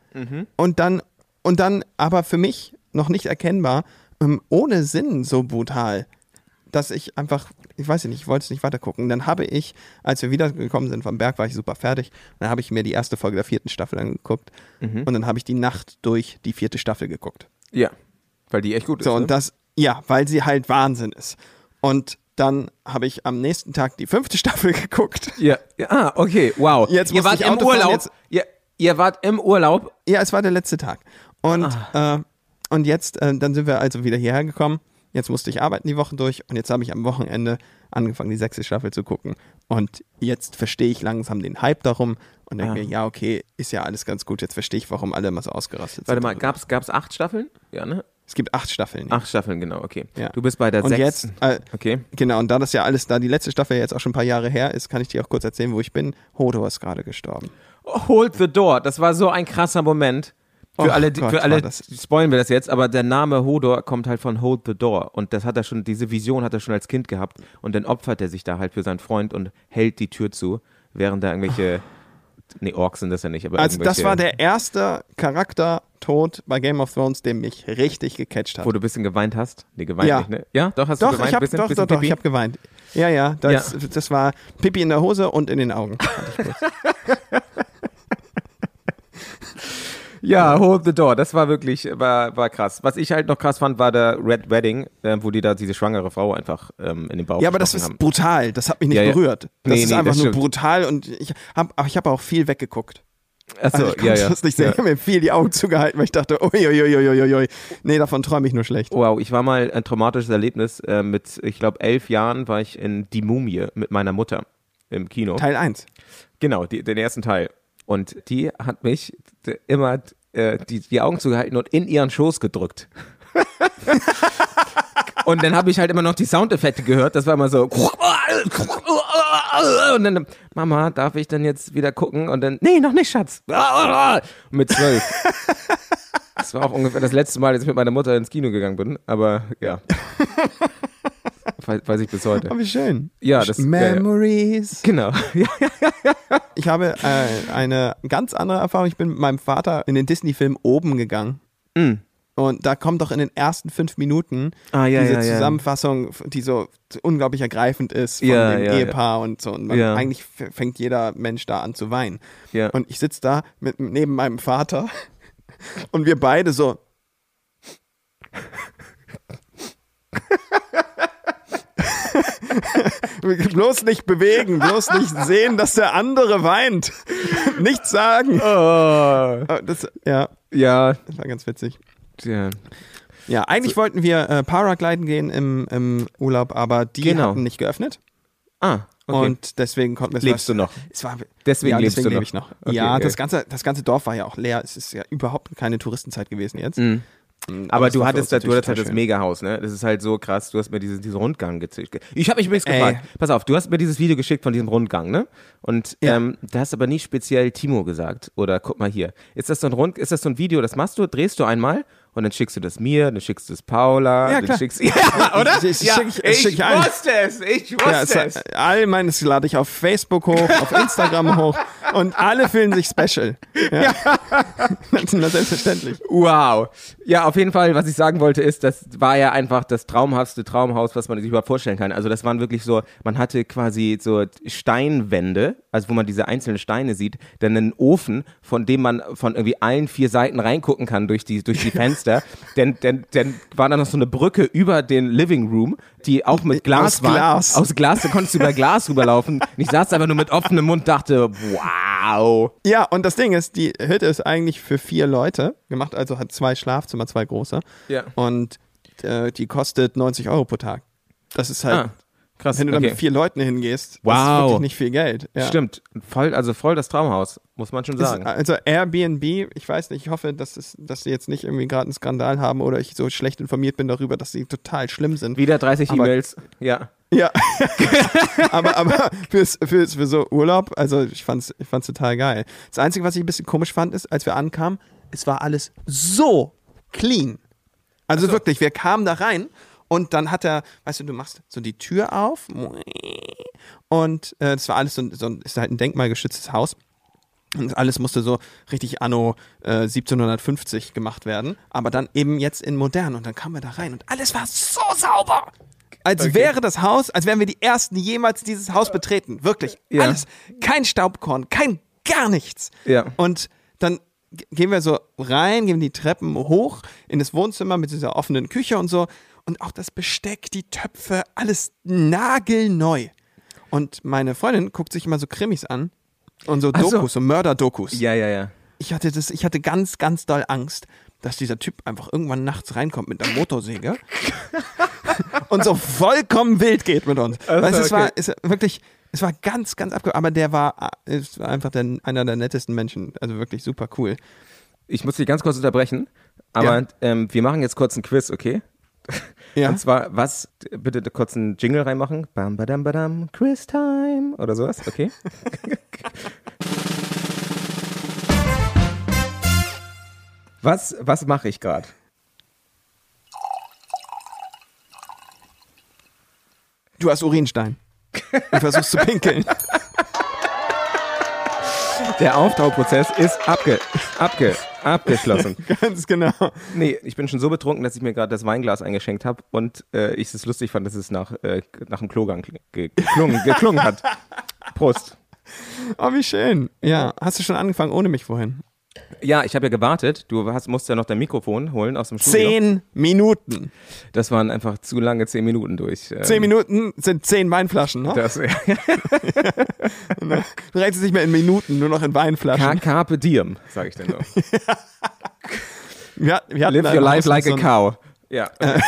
Speaker 2: Und dann, und dann, aber für mich noch nicht erkennbar, ähm, ohne Sinn so brutal, dass ich einfach, ich weiß nicht, ich wollte es nicht weitergucken. Dann habe ich, als wir wiedergekommen sind vom Berg, war ich super fertig. Dann habe ich mir die erste Folge der vierten Staffel angeguckt und dann habe ich die Nacht durch die vierte Staffel geguckt.
Speaker 1: Ja, weil die echt gut
Speaker 2: So,
Speaker 1: ist. ne?
Speaker 2: und das, ja, weil sie halt Wahnsinn ist. Und dann habe ich am nächsten Tag die fünfte Staffel [laughs] geguckt.
Speaker 1: ja. ja, ah, okay, wow.
Speaker 2: Jetzt
Speaker 1: ihr
Speaker 2: muss
Speaker 1: wart
Speaker 2: ich
Speaker 1: im
Speaker 2: Auto fahren,
Speaker 1: Urlaub.
Speaker 2: jetzt-
Speaker 1: Ihr, ihr wart im Urlaub. Ah.
Speaker 2: Ja, es war der letzte Tag. Und, äh, und jetzt, äh, dann sind wir also wieder hierher gekommen Jetzt musste ich arbeiten die Woche durch und jetzt habe ich am Wochenende angefangen, die sechste Staffel zu gucken. Und jetzt verstehe ich langsam den Hype darum und
Speaker 1: Ah.
Speaker 2: denke mir, ja, okay, ist ja alles ganz gut. Jetzt verstehe ich, warum alle immer so ausgerastet
Speaker 1: Warte
Speaker 2: sind.
Speaker 1: mal, gab es acht Staffeln? Ja, ne?
Speaker 2: es gibt acht Staffeln. ja.
Speaker 1: Acht Staffeln, genau, okay.
Speaker 2: Ja.
Speaker 1: Du bist bei der
Speaker 2: und
Speaker 1: sechsten.
Speaker 2: jetzt, äh,
Speaker 1: okay.
Speaker 2: Genau, und da das ja alles, da die letzte Staffel ja jetzt auch schon ein paar Jahre her ist, kann ich dir auch kurz erzählen, wo ich bin. Hodor ist gerade gestorben.
Speaker 1: Hold the Door. Das war so ein krasser Moment. Für
Speaker 2: Och
Speaker 1: alle, die-
Speaker 2: Gott,
Speaker 1: für alle
Speaker 2: war das-
Speaker 1: spoilen wir das jetzt, aber der Name Hodor kommt halt von Hold the Door. Und das hat er schon, diese Vision hat er schon als Kind gehabt. Und dann opfert er sich da halt für seinen Freund und hält die Tür zu, während da irgendwelche. Nee, Orks sind das ja nicht, aber.
Speaker 2: Also das
Speaker 1: irgendwelche-
Speaker 2: war der erste Charaktertod bei Game of Thrones, der mich richtig gecatcht hat.
Speaker 1: Wo du ein bisschen geweint hast. Nee, geweint
Speaker 2: Ja.
Speaker 1: nicht, ne? Ja, doch, hast du
Speaker 2: Doch,
Speaker 1: geweint?
Speaker 2: ich hab,
Speaker 1: bisschen,
Speaker 2: doch,
Speaker 1: bisschen
Speaker 2: doch, doch, ich
Speaker 1: Pipi?
Speaker 2: habe geweint. Ja, ja das, das war Pipi in der Hose und in den Augen.
Speaker 1: Ja, Hold the Door, das war wirklich, war, war krass. Was ich halt noch krass fand, war der Red Wedding, äh, wo die da diese schwangere Frau einfach ähm, in den Bauch
Speaker 2: Ja, aber das
Speaker 1: gestochen
Speaker 2: ist
Speaker 1: haben.
Speaker 2: brutal. Das hat mich nicht
Speaker 1: Ja, ja.
Speaker 2: berührt. Das
Speaker 1: Nee,
Speaker 2: ist
Speaker 1: nee,
Speaker 2: einfach
Speaker 1: das
Speaker 2: nur
Speaker 1: stimmt.
Speaker 2: brutal und ich habe ich hab auch viel weggeguckt.
Speaker 1: Achso,
Speaker 2: Also ich konnte das nicht sehen.
Speaker 1: ja.
Speaker 2: Ich habe mir viel die Augen zugehalten, weil ich dachte, uiuiuiuiui. Nee, davon träume ich nur schlecht.
Speaker 1: Wow, ich war mal ein traumatisches Erlebnis äh, mit, ich glaube, elf Jahren war ich in Die Mumie mit meiner Mutter im Kino.
Speaker 2: Teil 1.
Speaker 1: Genau, die, den ersten Teil. Und die hat mich d- immer äh, die, die Augen zugehalten und in ihren Schoß gedrückt. [laughs] und dann habe ich halt immer noch die Soundeffekte gehört. Das war immer so. Und dann, Mama, darf ich denn jetzt wieder gucken? Und dann, nee, noch nicht, Schatz. Mit zwölf. Das war auch ungefähr das letzte Mal, dass ich mit meiner Mutter ins Kino gegangen bin. Aber ja. Weiß weiß ich bis heute.
Speaker 2: Oh, wie schön.
Speaker 1: Ja, das-
Speaker 2: Memories.
Speaker 1: Genau. [laughs] Ja,
Speaker 2: Ich habe äh, eine ganz andere Erfahrung. Ich bin mit meinem Vater in den Disney-Film Oben gegangen. Und da kommt doch in den ersten fünf Minuten
Speaker 1: Mhm. Ah, ja,
Speaker 2: diese
Speaker 1: ja, ja.
Speaker 2: Zusammenfassung, die so unglaublich ergreifend ist von
Speaker 1: Ja,
Speaker 2: dem
Speaker 1: ja,
Speaker 2: Ehepaar und so. Und man,
Speaker 1: Ja.
Speaker 2: eigentlich f- fängt jeder Mensch da an zu weinen.
Speaker 1: Ja.
Speaker 2: Und ich sitze da mit, neben meinem Vater und wir beide so. bloß nicht bewegen, bloß nicht sehen, dass der andere weint. Nichts sagen. Aber Das, ja,
Speaker 1: Oh, ja.
Speaker 2: das war ganz witzig.
Speaker 1: ja.
Speaker 2: Ja, eigentlich wollten wir äh, Paragliden gehen im, im Urlaub, aber die
Speaker 1: Genau.
Speaker 2: hatten nicht geöffnet.
Speaker 1: Ah, okay.
Speaker 2: Und deswegen konnten wir es
Speaker 1: Lebst du noch?
Speaker 2: Es war,
Speaker 1: Deswegen
Speaker 2: ja,
Speaker 1: lebst
Speaker 2: deswegen
Speaker 1: du
Speaker 2: lebe
Speaker 1: noch.
Speaker 2: ich noch.
Speaker 1: Okay,
Speaker 2: ja,
Speaker 1: okay.
Speaker 2: Das, ganze, das ganze Dorf war ja auch leer. Es ist ja überhaupt keine Touristenzeit gewesen jetzt.
Speaker 1: Mhm. Aber,
Speaker 2: es
Speaker 1: du
Speaker 2: war für
Speaker 1: hattest,
Speaker 2: uns
Speaker 1: das, du hattest
Speaker 2: natürlich
Speaker 1: halt das
Speaker 2: total
Speaker 1: Megahaus, ne? Das ist halt so krass. Du hast mir diesen, diesen Rundgang geschickt. Ich habe mich übrigens
Speaker 2: Ey.
Speaker 1: gefragt. Pass auf, du hast mir dieses Video geschickt von diesem Rundgang, ne? Und
Speaker 2: Ja.
Speaker 1: ähm, da hast aber nicht speziell Timo gesagt. Oder guck mal hier. Ist das so ein Rund, ist das so ein Video, das machst du, drehst du einmal und dann schickst du das mir, dann schickst du es Paula,
Speaker 2: Ja,
Speaker 1: dann
Speaker 2: klar. [laughs]
Speaker 1: schickst [laughs] Ja, Ah, oder?
Speaker 2: Ich- ich- ich
Speaker 1: ja,
Speaker 2: schick- ich schick
Speaker 1: ich
Speaker 2: ein.
Speaker 1: wusste es, ich wusste
Speaker 2: Ja, es,
Speaker 1: es.
Speaker 2: all meines lade ich auf Facebook hoch, auf
Speaker 1: [laughs]
Speaker 2: Instagram hoch und alle fühlen sich special. Ja. [laughs] Na, selbstverständlich.
Speaker 1: Wow. Ja, auf jeden Fall, was ich sagen wollte, ist, das war ja einfach das traumhafteste Traumhaus, was man sich überhaupt vorstellen kann. Also das waren wirklich so, man hatte quasi so Steinwände, also wo man diese einzelnen Steine sieht, dann einen Ofen, von dem man von irgendwie allen vier Seiten reingucken kann durch die, durch
Speaker 2: [laughs]
Speaker 1: die Fenster. denn, denn, denn war da noch so eine Brücke über den Living Room, die auch mit Glas
Speaker 2: Aus
Speaker 1: war.
Speaker 2: Glas.
Speaker 1: Aus Glas, da konntest du über Glas rüberlaufen. Und ich saß einfach nur mit offenem Mund, dachte, wow.
Speaker 2: Ja, und das Ding ist, die Hütte ist eigentlich für vier Leute gemacht, also hat zwei Schlafzimmer, zwei große.
Speaker 1: Ja.
Speaker 2: Und äh, die kostet 90 Euro pro Tag. Das ist halt,
Speaker 1: Ah, krass.
Speaker 2: wenn du da
Speaker 1: okay.
Speaker 2: mit vier Leuten hingehst, das ist
Speaker 1: Wow.
Speaker 2: wirklich nicht viel Geld. Ja.
Speaker 1: Stimmt, voll, also voll das Traumhaus, muss man schon
Speaker 2: Das-
Speaker 1: sagen.
Speaker 2: Also Airbnb, ich weiß nicht, ich hoffe, dass, es, dass sie jetzt nicht irgendwie gerade einen Skandal haben oder ich so schlecht informiert bin darüber, dass sie total schlimm sind.
Speaker 1: Wieder 30
Speaker 2: Aber-
Speaker 1: E-Mails. Ja.
Speaker 2: Ja. [laughs] aber aber fürs, fürs, für so Urlaub, also ich fand's, ich fand's total geil. Das Einzige, was ich ein bisschen komisch fand, ist, als wir ankamen, es war alles so clean. Also wirklich, wir kamen da rein und dann hat er, weißt du, du machst so die Tür auf und äh, das war alles so, ein- so ein- ist halt ein denkmalgeschütztes Haus. Und alles musste so richtig anno äh, 1750 gemacht werden, aber dann eben jetzt in modern. Und dann kamen wir da rein und alles war so sauber. Als wäre das Haus, als wären wir die Ersten, die jemals dieses Haus betreten. Wirklich.
Speaker 1: Ja.
Speaker 2: Alles. Kein Staubkorn, kein gar nichts.
Speaker 1: Ja.
Speaker 2: Und dann g- gehen wir so rein, gehen die Treppen hoch in das Wohnzimmer mit dieser offenen Küche und so. Und auch das Besteck, die Töpfe, alles nagelneu. Und meine Freundin guckt sich immer so Krimis an und so
Speaker 1: Ach so.
Speaker 2: Dokus, so, Mörder-Dokus.
Speaker 1: Ja, ja, ja.
Speaker 2: Ich, hatte das, ich hatte ganz,
Speaker 1: [laughs]
Speaker 2: ganz doll Angst, dass dieser Typ einfach irgendwann nachts reinkommt mit einer Motorsäge und so vollkommen wild geht mit uns.
Speaker 1: Also,
Speaker 2: Weißt, du, es, war,
Speaker 1: okay.
Speaker 2: es war wirklich, es war ganz, ganz abge... Aber der war, äh, es war einfach der, einer der nettesten Menschen. Also wirklich super cool.
Speaker 1: Ich muss dich ganz kurz unterbrechen, aber
Speaker 2: Ja.
Speaker 1: ähm, wir machen jetzt kurz einen Quiz, okay?
Speaker 2: Ja.
Speaker 1: Und zwar, was, bitte kurz einen Jingle reinmachen. Bam, badam, badam, Quiz Time oder sowas, okay? [laughs] was was mache ich gerade?
Speaker 2: Du hast Urinstein. Und versuchst zu
Speaker 1: [laughs]
Speaker 2: pinkeln.
Speaker 1: Der Auftauprozess ist abge, abge, abgeschlossen.
Speaker 2: ganz genau.
Speaker 1: Nee, ich bin schon so betrunken, dass ich mir gerade das Weinglas eingeschenkt habe und äh, ich es lustig fand, dass es nach, äh, nach dem Klogang kli- ge- geklungen, geklungen hat. Prost.
Speaker 2: Oh, wie schön. Ja, hast du schon angefangen ohne mich vorhin?
Speaker 1: Ja, ich habe ja gewartet. Du hast, musst ja noch dein Mikrofon holen aus dem Studio.
Speaker 2: Zehn Minuten.
Speaker 1: Das waren einfach zu lange zehn Minuten durch. Ähm,
Speaker 2: Zehn Minuten sind zehn Weinflaschen. Ne?
Speaker 1: Das,
Speaker 2: [laughs] Du rätst es nicht mehr in Minuten, nur noch in
Speaker 1: Car
Speaker 2: Weinflaschen.
Speaker 1: Carpe diem, sage ich denn nur.
Speaker 2: Wir, wir hatten da
Speaker 1: Live
Speaker 2: im
Speaker 1: your
Speaker 2: Haus
Speaker 1: life like
Speaker 2: noch
Speaker 1: a
Speaker 2: so ein-
Speaker 1: cow.
Speaker 2: [laughs]
Speaker 1: Ja. okay.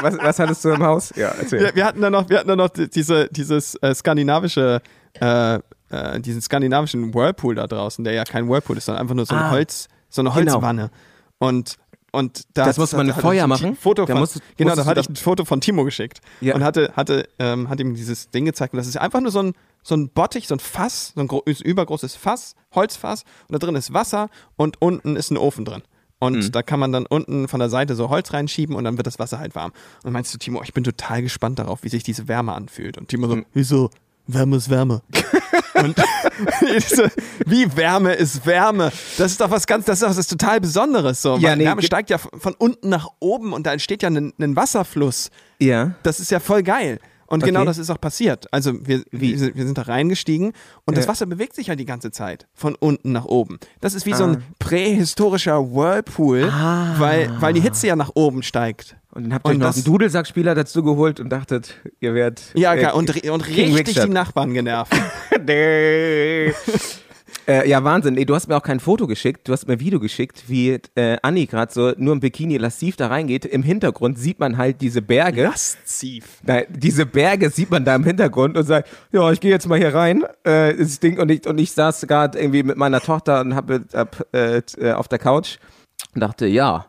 Speaker 1: was, was hattest du im Haus? Ja, erzähl.
Speaker 2: wir, wir hatten da noch, wir hatten da noch di- diese, dieses äh, skandinavische, äh, äh, diesen skandinavischen Whirlpool da draußen, der ja kein Whirlpool ist, sondern einfach nur so ein
Speaker 1: Ah.
Speaker 2: Holz, so eine
Speaker 1: Genau.
Speaker 2: Holzwanne. Und und da
Speaker 1: Das muss man
Speaker 2: da
Speaker 1: ein
Speaker 2: hatte
Speaker 1: Feuer
Speaker 2: ich ein
Speaker 1: machen?
Speaker 2: Foto
Speaker 1: Da
Speaker 2: von,
Speaker 1: musst-
Speaker 2: genau,
Speaker 1: musstest
Speaker 2: da
Speaker 1: du
Speaker 2: hatte ich
Speaker 1: da-
Speaker 2: ein Foto von Timo geschickt
Speaker 1: Ja.
Speaker 2: und hatte hatte ähm, hat ihm dieses Ding gezeigt und das ist einfach nur so ein so ein Bottich, so ein Fass, so ein gro übergroßes Fass, Holzfass und da drin ist Wasser und unten ist ein Ofen drin. Und
Speaker 1: Mhm.
Speaker 2: da kann man dann unten von der Seite so Holz reinschieben und dann wird das Wasser halt warm. Und meinst du, Timo, ich bin total gespannt darauf, wie sich diese Wärme anfühlt. Und Timo so,
Speaker 1: Mhm.
Speaker 2: wieso? Wärme ist Wärme. [laughs] und ich so, wie Wärme ist Wärme? Das ist doch was ganz, das ist doch was total Besonderes. So.
Speaker 1: Ja,
Speaker 2: Weil
Speaker 1: nee,
Speaker 2: Wärme
Speaker 1: ge-
Speaker 2: steigt ja von von unten nach oben und da entsteht ja ein, ein Wasserfluss.
Speaker 1: Ja.
Speaker 2: Das ist ja voll geil. Und genau
Speaker 1: Okay.
Speaker 2: das ist auch passiert. Also wir, wir, sind, wir sind da reingestiegen und das
Speaker 1: Ja.
Speaker 2: Wasser bewegt sich halt die ganze Zeit von unten nach oben. Das ist wie so
Speaker 1: Ah.
Speaker 2: ein prähistorischer Whirlpool, weil, weil die Hitze ja nach oben steigt.
Speaker 1: Und dann habt ihr euch noch
Speaker 2: das-
Speaker 1: einen Dudelsackspieler dazu geholt und dachtet, ihr werdet.
Speaker 2: Ja,
Speaker 1: äh,
Speaker 2: geil. und, ri- und
Speaker 1: King
Speaker 2: richtig
Speaker 1: Richard.
Speaker 2: die Nachbarn
Speaker 1: [laughs]
Speaker 2: genervt.
Speaker 1: Nee. äh, ja, Wahnsinn. Nee, du hast mir auch kein Foto geschickt, du hast mir ein Video geschickt, wie äh, Anni gerade so nur im Bikini lassiv da reingeht. Im Hintergrund sieht man halt diese Berge.
Speaker 2: Zief.
Speaker 1: Nein, diese Berge sieht man da im Hintergrund und sagt, ja, ich gehe jetzt mal hier rein, äh, das Ding und ich und ich saß gerade irgendwie mit meiner Tochter und hab, hab äh, t- äh, auf der Couch und dachte, ja,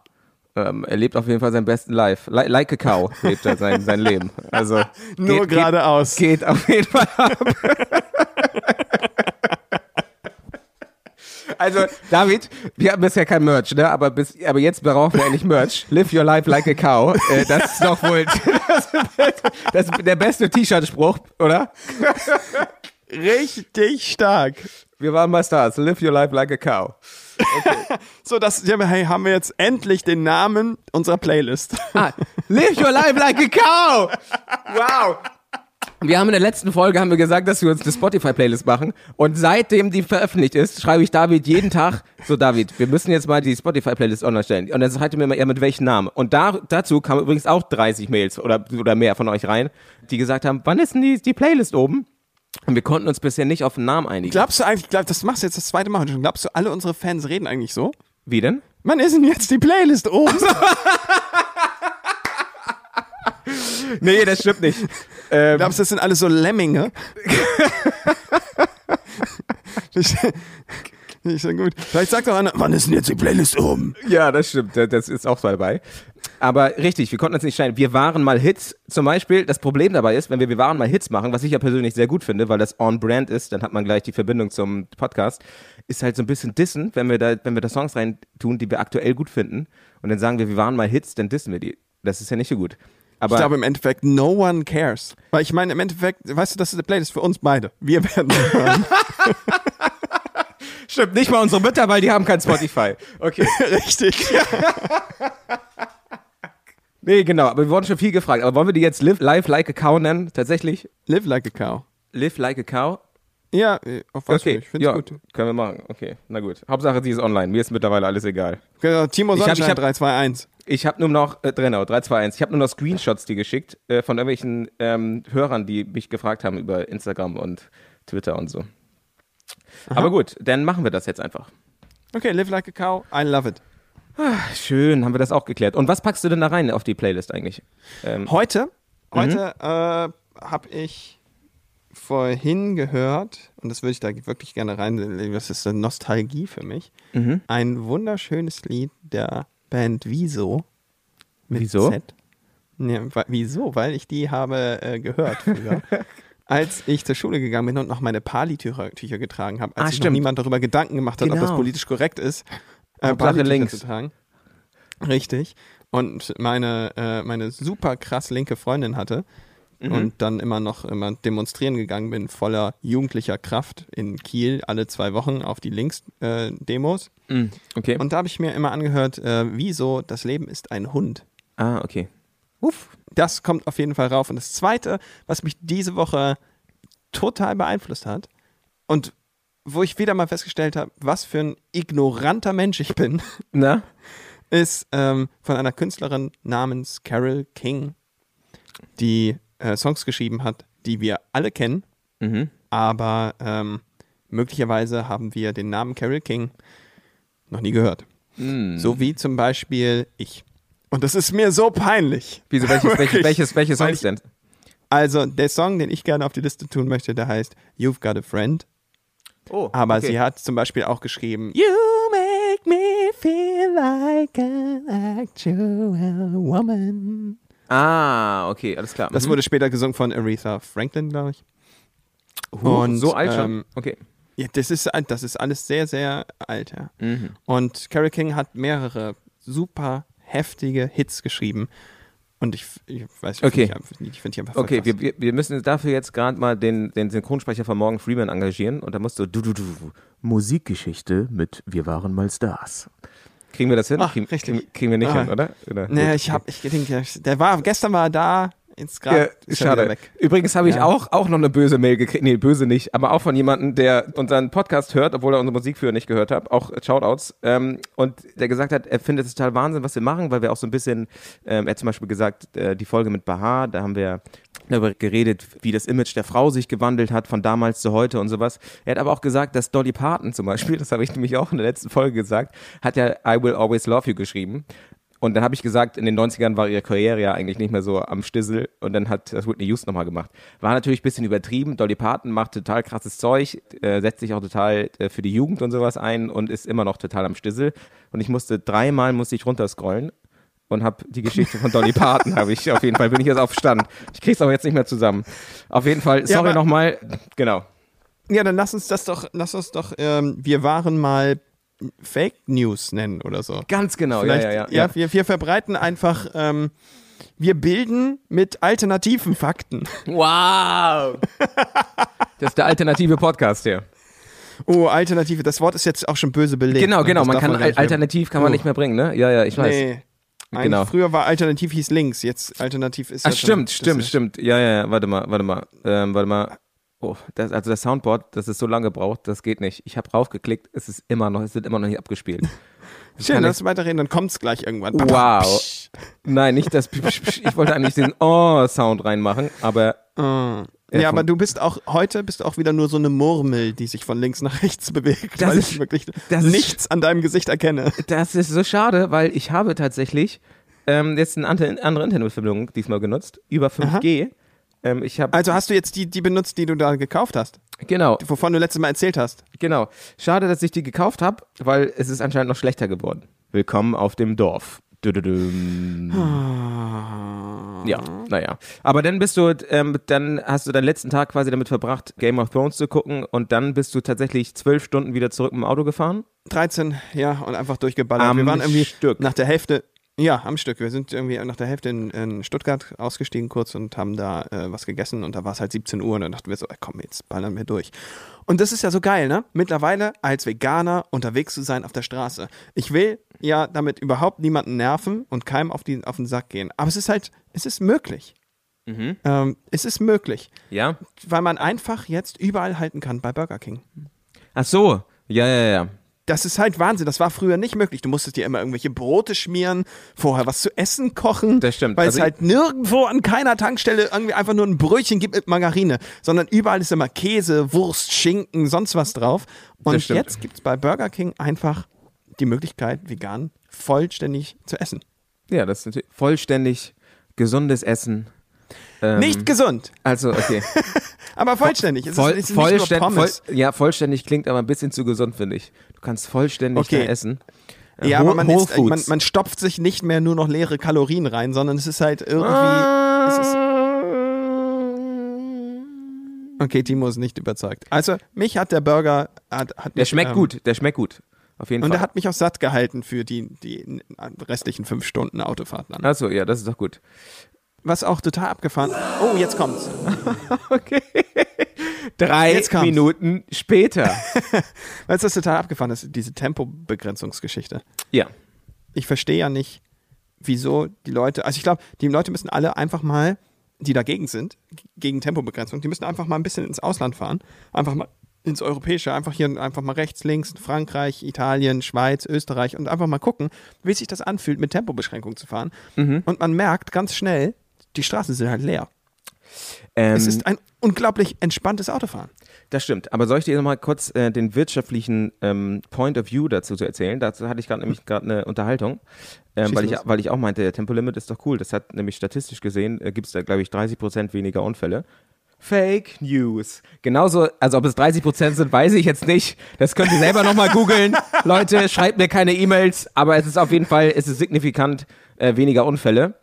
Speaker 1: ähm, er lebt auf jeden Fall seinen besten Life, Li like a cow lebt er sein sein Leben. Also
Speaker 2: [laughs] Nur
Speaker 1: geht-
Speaker 2: geradeaus.
Speaker 1: geht, geht auf jeden Fall
Speaker 2: [laughs]
Speaker 1: ab. Also, David, wir haben bisher kein Merch, ne? Aber, bis, aber jetzt brauchen wir endlich Merch. Live your life like a cow. Äh, das ist doch wohl das ist der beste T-Shirt-Spruch, oder?
Speaker 2: Richtig stark.
Speaker 1: Wir waren mal Stars. Live your life like a cow.
Speaker 2: So, das ja, hey, haben wir jetzt endlich den Namen unserer Playlist. [laughs]
Speaker 1: Ah, [laughs] live your life like a cow! Wow! Wir haben in der letzten Folge haben wir gesagt, dass wir uns eine Spotify-Playlist machen. Und seitdem die veröffentlicht ist, schreibe ich David jeden Tag, so David, wir müssen jetzt mal die Spotify-Playlist online stellen. Und dann schreibt er mir mal, ja, mit welchem Namen. Und da, dazu kamen übrigens auch 30 Mails oder, oder mehr von euch rein, die gesagt haben, wann ist denn die, die Playlist oben? Und wir konnten uns bisher nicht auf den Namen einigen.
Speaker 2: Glaubst du eigentlich, glaub, das machst du jetzt das zweite Mal heute schon, glaubst du, alle unsere Fans reden eigentlich so?
Speaker 1: Wie denn?
Speaker 2: Wann ist denn jetzt die Playlist
Speaker 1: [laughs]
Speaker 2: oben?
Speaker 1: Nee, das stimmt nicht.
Speaker 2: Glaubst du, das sind alles so Lemminge? ich, ich sag gut. Vielleicht sagt doch einer, wann ist denn jetzt die Playlist um? oben?
Speaker 1: Ja, das stimmt. Da- Das ist auch so dabei. Aber richtig, wir konnten uns nicht entscheiden. Wir waren mal Hits. Zum Beispiel, das Problem dabei ist, wenn wir wir waren mal Hits machen, was ich ja persönlich sehr gut finde, weil das on-brand ist, dann hat man gleich die Verbindung zum Podcast, ist halt so ein bisschen dissen, wenn wir da, wenn wir da Songs rein tun, die wir aktuell gut finden und dann sagen wir, wir waren mal Hits, dann dissen wir die. Das ist ja nicht so gut. Aber
Speaker 2: Ich glaube im Endeffekt, no one cares. Weil ich meine, im Endeffekt, weißt du, das ist eine Playlist für uns beide. Wir werden.
Speaker 1: [laughs] stimmt nicht mal unsere Mütter, weil die haben kein Spotify. Okay.
Speaker 2: Richtig.
Speaker 1: Nee, genau. Aber wir wurden schon viel gefragt. Aber wollen wir die jetzt live, live like a cow nennen? Tatsächlich?
Speaker 2: Live like a cow.
Speaker 1: Live like a cow?
Speaker 2: Ja, äh, auf was
Speaker 1: Okay,
Speaker 2: ich finde
Speaker 1: ja,
Speaker 2: gut.
Speaker 1: können wir machen. Okay, na gut. Hauptsache, sie ist online. Mir ist mittlerweile alles egal.
Speaker 2: Genau, Timo
Speaker 1: Ich hab- ich
Speaker 2: Sonnenschein
Speaker 1: hab-
Speaker 2: 321.
Speaker 1: Ich habe nur noch, äh, genau, 3, 2, 1. Ich habe nur noch Screenshots dir geschickt äh, von irgendwelchen ähm, Hörern, die mich gefragt haben über Instagram und Twitter und so. Aber gut, dann machen wir das jetzt einfach.
Speaker 2: Okay, live like a cow. I love it.
Speaker 1: Schön, haben wir das auch geklärt. Und was packst du denn da rein auf die Playlist eigentlich?
Speaker 2: Heute, Ähm, mhm. heute äh, habe ich vorhin gehört, und das würde ich da wirklich gerne reinlegen, das ist eine Nostalgie für mich, ein wunderschönes Lied der Band Wieso. Mit
Speaker 1: Wieso?
Speaker 2: Z. Nee, wa- wieso? Weil ich die habe äh, gehört
Speaker 1: [laughs]
Speaker 2: früher. Als ich zur Schule gegangen bin und noch meine Pali-Tücher Tücher getragen habe, als
Speaker 1: Ah,
Speaker 2: sich noch
Speaker 1: stimmt.
Speaker 2: niemand darüber Gedanken gemacht hat, ob das
Speaker 1: Genau.
Speaker 2: politisch korrekt ist, äh,
Speaker 1: Hauptsache
Speaker 2: Pali-Tücher
Speaker 1: links.
Speaker 2: zu tragen. Richtig. Und meine, äh, meine super krass linke Freundin hatte
Speaker 1: Mhm.
Speaker 2: und dann immer noch immer demonstrieren gegangen bin, voller jugendlicher Kraft in Kiel alle zwei Wochen auf die Links-Demos.
Speaker 1: Mhm. Okay.
Speaker 2: und da habe ich mir immer angehört, äh, wieso das Leben ist ein Hund.
Speaker 1: ah, okay.
Speaker 2: Uff. Das kommt auf jeden Fall rauf. Und das Zweite, was mich diese Woche total beeinflusst hat und wo ich wieder mal festgestellt habe, was für ein ignoranter Mensch ich bin, [laughs]
Speaker 1: Na?
Speaker 2: ist ähm, von einer Künstlerin namens Carol King, die äh, Songs geschrieben hat, die wir alle kennen,
Speaker 1: Mhm.
Speaker 2: aber ähm, möglicherweise haben wir den Namen Carol King noch nie gehört. So wie zum Beispiel ich. Und das ist mir so peinlich.
Speaker 1: Wieso, welches, welches,
Speaker 2: Wirklich.
Speaker 1: welches, welches
Speaker 2: Weil
Speaker 1: Songs
Speaker 2: ich-
Speaker 1: denn?
Speaker 2: Also, der Song, den ich gerne auf die Liste tun möchte, der heißt You've Got a Friend.
Speaker 1: Oh,
Speaker 2: Aber
Speaker 1: okay.
Speaker 2: sie hat zum Beispiel auch geschrieben You make me feel like an actual woman.
Speaker 1: Ah, okay, alles klar.
Speaker 2: Das
Speaker 1: Mhm.
Speaker 2: wurde später gesungen von Aretha Franklin, glaube ich.
Speaker 1: Huch,
Speaker 2: und,
Speaker 1: so alt schon.
Speaker 2: ähm,
Speaker 1: okay.
Speaker 2: Ja, das ist, alt- das ist alles sehr, sehr alt, ja.
Speaker 1: Mhm.
Speaker 2: Und Carole King hat mehrere super heftige Hits geschrieben. Und ich, ich weiß ich
Speaker 1: Okay.
Speaker 2: find ich, einfach- ich finde ich einfach voll
Speaker 1: Okay,
Speaker 2: krass.
Speaker 1: wir, wir, wir müssen dafür jetzt gerade mal den, den Synchronsprecher von Morgan Freeman engagieren und da musst du du du du Musikgeschichte mit Wir waren mal Stars. Kriegen wir das hin?
Speaker 2: Ach,
Speaker 1: kriegen,
Speaker 2: Ah, richtig.
Speaker 1: kriegen- kriegen wir nicht
Speaker 2: Ah.
Speaker 1: hin, oder? oder?
Speaker 2: Naja,
Speaker 1: Gut.
Speaker 2: ich habe, ich denke, der war, gestern war er da, jetzt
Speaker 1: Ja,
Speaker 2: gerade ist er wieder
Speaker 1: schade.
Speaker 2: weg.
Speaker 1: Übrigens habe ich
Speaker 2: Ja.
Speaker 1: auch, auch noch eine böse Mail gekriegt. Nee, böse nicht, aber auch von jemandem, der unseren Podcast hört, obwohl er unsere Musik früher nicht gehört hat. Auch Shoutouts. Ähm, und der gesagt hat, er findet es total Wahnsinn, was wir machen, weil wir auch so ein bisschen, ähm, er hat zum Beispiel gesagt, äh, die Folge mit Bahar, da haben wir darüber geredet, wie das Image der Frau sich gewandelt hat von damals zu heute und sowas. Er hat aber auch gesagt, dass Dolly Parton zum Beispiel, [laughs] das habe ich nämlich auch in der letzten Folge gesagt, hat ja I Will Always Love You geschrieben. Und dann habe ich gesagt, in den 90ern war ihre Karriere ja eigentlich nicht mehr so am Stissel. Und dann hat das Whitney Houston nochmal gemacht. War natürlich ein bisschen übertrieben. Dolly Parton macht total krasses Zeug, äh, setzt sich auch total äh, für die Jugend und sowas ein und ist immer noch total am Stissel. Und ich musste dreimal musste ich runterscrollen und habe die Geschichte von Dolly Parton habe ich auf jeden Fall bin ich jetzt auf Stand. Ich krieg's aber jetzt nicht mehr zusammen. Auf jeden Fall, sorry
Speaker 2: aber-
Speaker 1: nochmal. Genau.
Speaker 2: Ja, dann lass uns das doch, lass uns doch, ähm, wir waren mal Fake News nennen oder so.
Speaker 1: Ganz genau.
Speaker 2: Vielleicht,
Speaker 1: ja, ja, ja.
Speaker 2: Wir, wir verbreiten einfach, ähm, wir bilden mit alternativen
Speaker 1: [laughs]
Speaker 2: Fakten.
Speaker 1: Wow. Das ist der alternative Podcast hier.
Speaker 2: Oh, Alternative, das Wort ist jetzt auch schon böse belegt.
Speaker 1: Genau,
Speaker 2: ne?
Speaker 1: genau.
Speaker 2: Das
Speaker 1: Man
Speaker 2: darf
Speaker 1: kann
Speaker 2: gar nicht mehr-
Speaker 1: alternativ kann man
Speaker 2: Oh.
Speaker 1: nicht mehr bringen, ne? Ja, ja, ich weiß.
Speaker 2: Nee. Eigentlich
Speaker 1: Genau.
Speaker 2: Früher war Alternativ hieß links, jetzt Alternativ ist
Speaker 1: Ach,
Speaker 2: ja schon-
Speaker 1: stimmt,
Speaker 2: das
Speaker 1: stimmt,
Speaker 2: ist-
Speaker 1: stimmt. Ja, ja, ja, warte mal, warte mal. Ähm, warte mal. Oh, das, also das Soundboard, das ist so lange gebraucht, das geht nicht. Ich habe raufgeklickt, es ist immer noch, es wird immer noch
Speaker 2: [laughs]
Speaker 1: nicht abgespielt.
Speaker 2: Schön,
Speaker 1: Kann
Speaker 2: lass uns weiterreden, dann kommt's gleich irgendwann.
Speaker 1: Wow. Nein, nicht das. Psch, psch, Ich wollte
Speaker 2: [laughs]
Speaker 1: eigentlich den Oh-Sound reinmachen, aber
Speaker 2: Ja,
Speaker 1: von-
Speaker 2: aber du bist auch heute bist du auch wieder nur so eine Murmel, die sich von links nach rechts [laughs] bewegt,
Speaker 1: Das
Speaker 2: weil
Speaker 1: ist-
Speaker 2: ich wirklich
Speaker 1: das ist-
Speaker 2: nichts an deinem Gesicht erkenne.
Speaker 1: das ist so schade, weil ich habe tatsächlich ähm, jetzt eine ante- andere Internetverbindung diesmal genutzt, über 5G. Ähm, ich habe
Speaker 2: Also hast du jetzt die, die benutzt, die du da gekauft hast,
Speaker 1: genau,
Speaker 2: wovon du letztes Mal erzählt hast.
Speaker 1: genau. Schade, dass ich die gekauft habe, weil es ist anscheinend noch schlechter geworden. Willkommen auf dem Dorf. Düdüdüm. Ja, naja. Aber dann bist du, ähm, dann hast du deinen letzten Tag quasi damit verbracht, Game of Thrones zu gucken und dann bist du tatsächlich zwölf Stunden wieder zurück im Auto gefahren.
Speaker 2: 13, ja, und einfach durchgeballert.
Speaker 1: Am
Speaker 2: wir waren irgendwie
Speaker 1: Stück.
Speaker 2: nach der Hälfte, ja, am Stück. Wir sind irgendwie nach der Hälfte in, in Stuttgart ausgestiegen kurz und haben da äh, was gegessen und da war es halt 17 Uhr und dann dachten wir so, ey, komm, jetzt ballern wir durch. Und das ist ja so geil, ne? Mittlerweile als Veganer unterwegs zu sein auf der Straße. Ich will ja damit überhaupt niemanden nerven und keinem auf, die, auf den Sack gehen. Aber es ist halt, es ist möglich.
Speaker 1: Mhm.
Speaker 2: Ähm, es ist möglich,
Speaker 1: Ja.
Speaker 2: weil man einfach jetzt überall halten kann bei Burger King.
Speaker 1: Ach so. Ja, ja, ja.
Speaker 2: Das ist halt Wahnsinn. Das war früher nicht möglich. Du musstest dir immer irgendwelche Brote schmieren, vorher was zu essen kochen.
Speaker 1: Das stimmt.
Speaker 2: Weil
Speaker 1: Also
Speaker 2: es halt nirgendwo an keiner Tankstelle irgendwie einfach nur ein Brötchen gibt mit Margarine, sondern überall ist immer Käse, Wurst, Schinken, sonst was drauf. Und
Speaker 1: stimmt.
Speaker 2: jetzt gibt es bei Burger King einfach die Möglichkeit, vegan vollständig zu essen.
Speaker 1: Ja, das ist natürlich vollständig gesundes Essen. Ähm,
Speaker 2: Nicht gesund,
Speaker 1: Also, okay. [laughs]
Speaker 2: aber vollständig. Es
Speaker 1: Voll,
Speaker 2: ist, es ist nicht nur
Speaker 1: vollständ, voll,
Speaker 2: Pommes.
Speaker 1: ja, vollständig klingt aber ein bisschen zu gesund, finde ich. Du kannst vollständig
Speaker 2: Okay.
Speaker 1: da essen. Äh,
Speaker 2: ja,
Speaker 1: Whole-
Speaker 2: aber man,
Speaker 1: Whole
Speaker 2: isst, man,
Speaker 1: Foods.
Speaker 2: man stopft sich nicht mehr nur noch leere Kalorien rein, sondern es ist halt irgendwie.
Speaker 1: Ah.
Speaker 2: Es ist, okay, Timo ist nicht überzeugt. Also, mich hat der Burger. Hat, hat
Speaker 1: der
Speaker 2: mich,
Speaker 1: schmeckt
Speaker 2: ähm,
Speaker 1: gut, der schmeckt gut. Auf jeden
Speaker 2: Und
Speaker 1: Fall.
Speaker 2: der hat mich auch satt gehalten für die, die restlichen fünf Stunden Autofahrt dann.
Speaker 1: Achso, ja, das ist doch gut.
Speaker 2: Was auch total abgefahren. Oh, jetzt kommt's.
Speaker 1: [laughs] Drei
Speaker 2: Jetzt kommt's.
Speaker 1: Minuten
Speaker 2: [laughs]
Speaker 1: später.
Speaker 2: Weißt du, was total abgefahren ist? Diese Tempobegrenzungsgeschichte.
Speaker 1: ja.
Speaker 2: Ich verstehe ja nicht, wieso die Leute, also ich glaube, die Leute müssen alle einfach mal, die dagegen sind, g- gegen Tempobegrenzung, die müssen einfach mal ein bisschen ins Ausland fahren. Einfach mal ins Europäische, einfach hier, einfach mal rechts, links, Frankreich, Italien, Schweiz, Österreich und einfach mal gucken, wie sich das anfühlt, mit Tempobeschränkung zu fahren.
Speaker 1: Mhm.
Speaker 2: Und man merkt ganz schnell, die Straßen sind halt leer.
Speaker 1: Ähm,
Speaker 2: Es ist ein unglaublich entspanntes Autofahren.
Speaker 1: Das stimmt. Aber soll ich dir nochmal kurz äh, den wirtschaftlichen ähm, Point of View dazu zu erzählen? Dazu hatte ich gerade nämlich gerade eine Unterhaltung, ähm,
Speaker 2: Mhm. Schieß
Speaker 1: weil, ich,
Speaker 2: los.
Speaker 1: weil ich auch meinte, der Tempolimit ist doch cool. Das hat nämlich statistisch gesehen, äh, gibt es da, glaube ich, 30 Prozent weniger Unfälle. Fake News. Genauso, also ob es 30 Prozent sind, weiß ich jetzt nicht. Das könnt ihr selber nochmal
Speaker 2: [laughs]
Speaker 1: googeln. Leute, schreibt mir keine E-Mails, aber es ist auf jeden Fall, es ist signifikant äh, weniger Unfälle.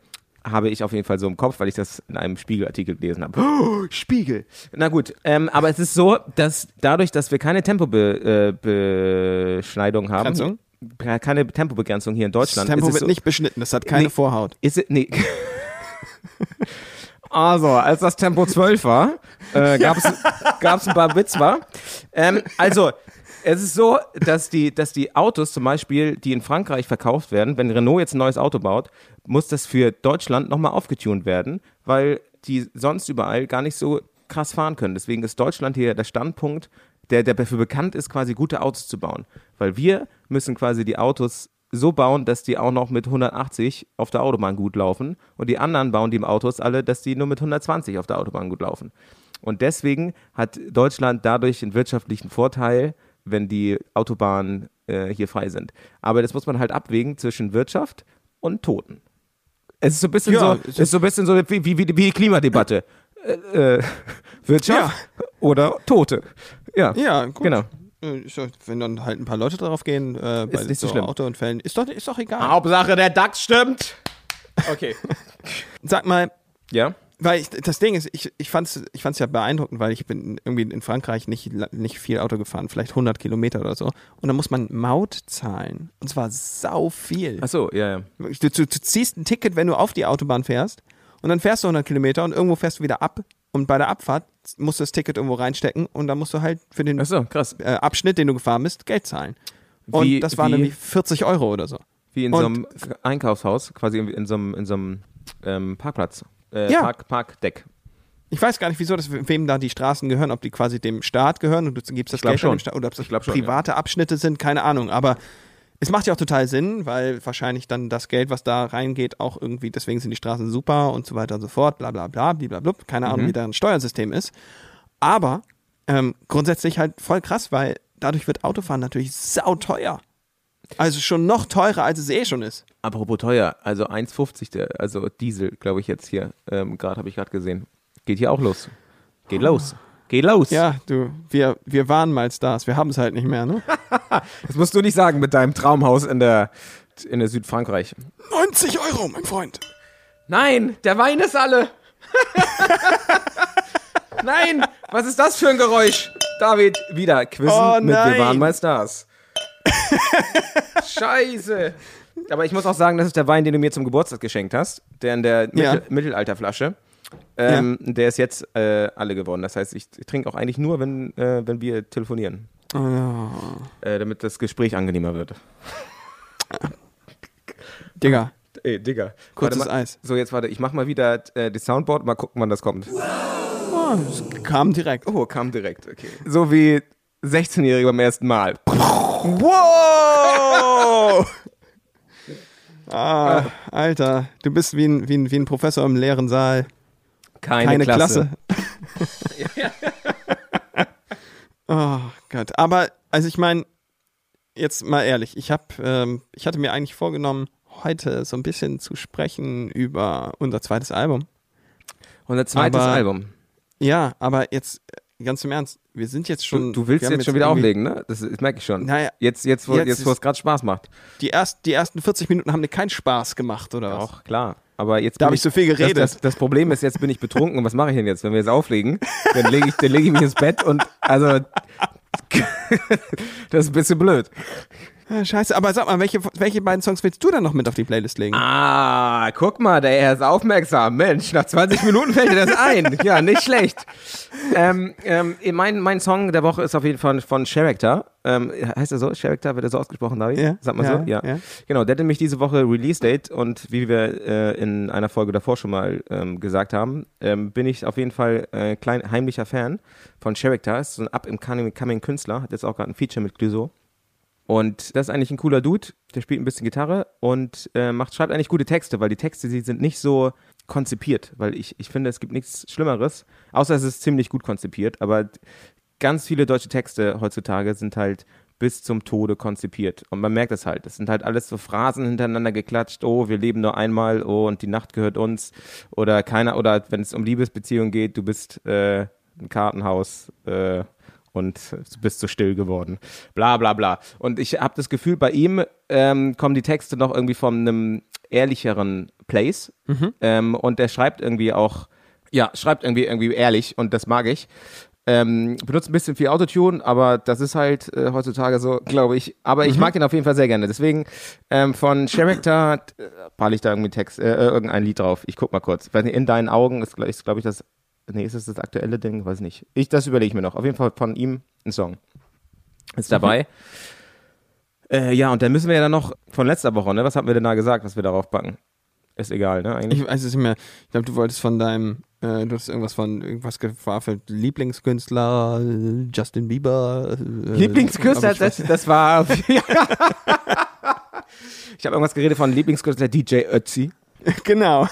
Speaker 1: Habe ich auf jeden Fall so im Kopf, weil ich das in einem Spiegelartikel gelesen habe. Oh, Spiegel. Na gut, ähm, aber es ist so, dass dadurch, dass wir keine Tempobeschneidung haben,
Speaker 2: Grenzung?
Speaker 1: Ja, keine Tempobegrenzung hier in
Speaker 2: Das
Speaker 1: Deutschland,
Speaker 2: Tempo
Speaker 1: ist es
Speaker 2: wird
Speaker 1: so,
Speaker 2: nicht beschnitten, das hat keine
Speaker 1: Nee.
Speaker 2: Vorhaut.
Speaker 1: ist es, nee. [laughs] Also, als das Tempo 12 war, äh, [laughs] gab es ein paar Witzmer. Ähm, also, es ist so, dass die, dass die Autos zum Beispiel, die in Frankreich verkauft werden, wenn Renault jetzt ein neues Auto baut, muss das für Deutschland nochmal aufgetunt werden, weil die sonst überall gar nicht so krass fahren können. Deswegen ist Deutschland hier der Standpunkt, der, der dafür bekannt ist, quasi gute Autos zu bauen. Weil wir müssen quasi die Autos so bauen, dass die auch noch mit 180 auf der Autobahn gut laufen. Und die anderen bauen die Autos alle, dass die nur mit 120 auf der Autobahn gut laufen. Und deswegen hat Deutschland dadurch einen wirtschaftlichen Vorteil, wenn die Autobahnen äh, hier frei sind. Aber das muss man halt abwägen zwischen Wirtschaft und Toten. Es ist so ein bisschen
Speaker 2: Ja,
Speaker 1: so,
Speaker 2: es
Speaker 1: es ist so ein bisschen so wie, wie, wie die Klimadebatte. Äh, äh, Wirtschaft oder Tote. Ja,
Speaker 2: Ja, gut.
Speaker 1: genau.
Speaker 2: Äh, ist doch- Wenn dann halt ein paar Leute drauf gehen, äh, bei
Speaker 1: nicht so
Speaker 2: so
Speaker 1: schlimm.
Speaker 2: Autounfällen, ist doch, ist doch egal.
Speaker 1: Hauptsache der DAX stimmt. Okay.
Speaker 2: Sag mal,
Speaker 1: Ja.
Speaker 2: weil ich, das Ding ist, ich, ich fand es ich fand's ja beeindruckend, weil ich bin irgendwie in Frankreich nicht, la- nicht viel Auto gefahren, vielleicht 100 Kilometer oder so. Und dann muss man Maut zahlen. Und zwar sau viel.
Speaker 1: Ach so, ja, ja.
Speaker 2: Du, du, du ziehst ein Ticket, wenn du auf die Autobahn fährst. Und dann fährst du 100 Kilometer und irgendwo fährst du wieder ab. Und bei der Abfahrt musst du das Ticket irgendwo reinstecken und dann musst du halt für den
Speaker 1: Ach so, krass.
Speaker 2: äh, Abschnitt, den du gefahren bist, Geld zahlen. Und
Speaker 1: Wie-
Speaker 2: das waren
Speaker 1: wie-
Speaker 2: nämlich 40 Euro oder so.
Speaker 1: Wie in
Speaker 2: Und-
Speaker 1: so einem Einkaufshaus, quasi in, in so einem, in so einem ähm, Parkplatz. Äh,
Speaker 2: Ja.
Speaker 1: Park, Parkdeck.
Speaker 2: Ich weiß gar nicht, wieso, das, wem da die Straßen gehören, ob die quasi dem Staat gehören und du gibst das
Speaker 1: glaub
Speaker 2: Geld an
Speaker 1: schon.
Speaker 2: den Staat oder ob das
Speaker 1: Ich glaub schon,
Speaker 2: private Abschnitte sind, keine Ahnung. Aber es macht ja auch total Sinn, weil wahrscheinlich dann das Geld, was da reingeht, auch irgendwie, deswegen sind die Straßen super und so weiter und so fort, bla bla bla, blablabla. Keine
Speaker 1: Mhm.
Speaker 2: Ahnung, wie deren Steuersystem ist. Aber ähm, grundsätzlich halt voll krass, weil dadurch wird Autofahren natürlich sauteuer. Also schon noch teurer, als es eh schon ist.
Speaker 1: Apropos teuer, also 1,50, der- also Diesel, glaube ich, jetzt hier. Ähm, gerade habe ich gerade gesehen. Geht hier auch los. Geht los. Geht los.
Speaker 2: Ja, du, wir, wir waren mal Stars, wir haben es halt nicht mehr, [laughs] ne?
Speaker 1: Das musst du nicht sagen mit deinem Traumhaus in der, in der Südfrankreich.
Speaker 2: 90 Euro, mein Freund.
Speaker 1: Nein, der Wein ist alle. [laughs] nein, was ist das für ein Geräusch? David, wieder Quizzen
Speaker 2: Oh,
Speaker 1: mit Wir
Speaker 2: nein.
Speaker 1: waren mal Stars. Scheiße. Aber ich muss auch sagen, das ist der Wein, den du mir zum Geburtstag geschenkt hast. Der in der
Speaker 2: Ja.
Speaker 1: Mittel Mittelalterflasche. Ähm, Der ist jetzt äh, alle geworden. Das heißt, ich trinke auch eigentlich nur, wenn, äh, wenn wir telefonieren.
Speaker 2: Oh,
Speaker 1: Äh, damit das Gespräch angenehmer wird.
Speaker 2: Digga,
Speaker 1: Ey, Digga.
Speaker 2: Kurzes
Speaker 1: warte mal.
Speaker 2: Eis.
Speaker 1: So, jetzt warte. Ich mach mal wieder äh, das Soundboard. Mal gucken, wann das kommt.
Speaker 2: Ah. kam direkt.
Speaker 1: Oh, kam direkt, okay. So wie 16-Jährige beim ersten Mal.
Speaker 2: [laughs] Wow! ah, Alter, du bist wie ein, wie, ein, wie ein Professor im leeren Saal.
Speaker 1: Keine,
Speaker 2: Keine Klasse. [laughs] oh Gott, aber, also ich meine, jetzt mal ehrlich, ich habe, ähm, ich hatte mir eigentlich vorgenommen, heute so ein bisschen zu sprechen über unser zweites Album.
Speaker 1: Unser zweites
Speaker 2: Aber-
Speaker 1: Album.
Speaker 2: Ja, aber jetzt äh, ganz im Ernst, wir sind jetzt schon.
Speaker 1: Du, du willst
Speaker 2: wir
Speaker 1: jetzt,
Speaker 2: haben
Speaker 1: schon wieder
Speaker 2: irgendwie-
Speaker 1: auflegen, ne? Das, das merke ich schon.
Speaker 2: Naja,
Speaker 1: jetzt, jetzt, wo,
Speaker 2: jetzt
Speaker 1: jetzt,
Speaker 2: ist-
Speaker 1: wo es gerade Spaß macht.
Speaker 2: Die, erst, die ersten 40 Minuten haben dir keinen Spaß gemacht, oder was?
Speaker 1: Auch klar. Aber jetzt
Speaker 2: Da
Speaker 1: bin
Speaker 2: hab ich so viel geredet.
Speaker 1: Das, das, das Problem ist, jetzt bin ich betrunken. Und was mache ich denn jetzt, wenn wir jetzt auflegen? Dann lege ich, dann lege ich mich ins Bett und also [laughs] das ist ein bisschen blöd.
Speaker 2: Ah, scheiße, aber sag mal, welche, welche beiden Songs willst du dann noch mit auf die Playlist legen?
Speaker 1: Ah, guck mal, der Herr ist aufmerksam. Mensch, nach 20 Minuten fällt dir das ein. Ja, nicht schlecht. Ähm, ähm, mein, mein Song der Woche ist auf jeden Fall von Character. Ähm, heißt er so? Character wird er so ausgesprochen, David?
Speaker 2: Ja,
Speaker 1: Sagt man
Speaker 2: ja,
Speaker 1: so? Ja.
Speaker 2: ja.
Speaker 1: Genau, der hat nämlich diese Woche Release Date und wie wir äh, in einer Folge davor schon mal ähm, gesagt haben, ähm, bin ich auf jeden Fall äh, klein heimlicher Fan von Character. Ist so ein Up-and-Coming-Künstler, hat jetzt auch gerade ein Feature mit Clouseau. Und das ist eigentlich ein cooler Dude, der spielt ein bisschen Gitarre und äh, macht, schreibt eigentlich gute Texte, weil die Texte, die sind nicht so konzipiert, weil ich, ich finde, es gibt nichts Schlimmeres, außer es ist ziemlich gut konzipiert, aber ganz viele deutsche Texte heutzutage sind halt bis zum Tode konzipiert. Und man merkt das halt. Das sind halt alles so Phrasen hintereinander geklatscht. Oh, wir leben nur einmal. Oh, und die Nacht gehört uns. Oder keiner, oder wenn es um Liebesbeziehungen geht, du bist äh, ein Kartenhaus äh, und du bist so still geworden. Bla, bla, bla. Und ich habe das Gefühl, bei ihm ähm, kommen die Texte noch irgendwie von einem ehrlicheren Place. Ähm, und er schreibt irgendwie auch, ja, schreibt irgendwie, irgendwie ehrlich. Und das mag ich. Ähm, benutzt ein bisschen viel Autotune, aber das ist halt äh, heutzutage so, glaube ich. Aber ich mag den auf jeden Fall sehr gerne. Deswegen ähm, von Character äh, palle ich da irgendwie Text, äh, äh, irgendein Lied drauf. Ich guck mal kurz. Weiß nicht, In deinen Augen ist, glaube glaub ich, das. Nee, ist das das aktuelle Ding? Weiß nicht. Ich, das überlege ich mir noch. Auf jeden Fall von ihm ein Song. Ist dabei. Äh, ja, und dann müssen wir ja dann noch von letzter Woche, ne? Was haben wir denn da gesagt, was wir darauf backen? Ist egal, ne? Eigentlich.
Speaker 2: Ich weiß es nicht mehr. Ich glaube, du wolltest von deinem, äh, du hast irgendwas von irgendwas gewaffelt. Lieblingskünstler, äh, Justin Bieber. Äh,
Speaker 1: Lieblingskünstler,
Speaker 2: aber ich weiß-
Speaker 1: das, das war. [laughs] ich habe irgendwas geredet von Lieblingskünstler DJ Ötzi.
Speaker 2: Genau.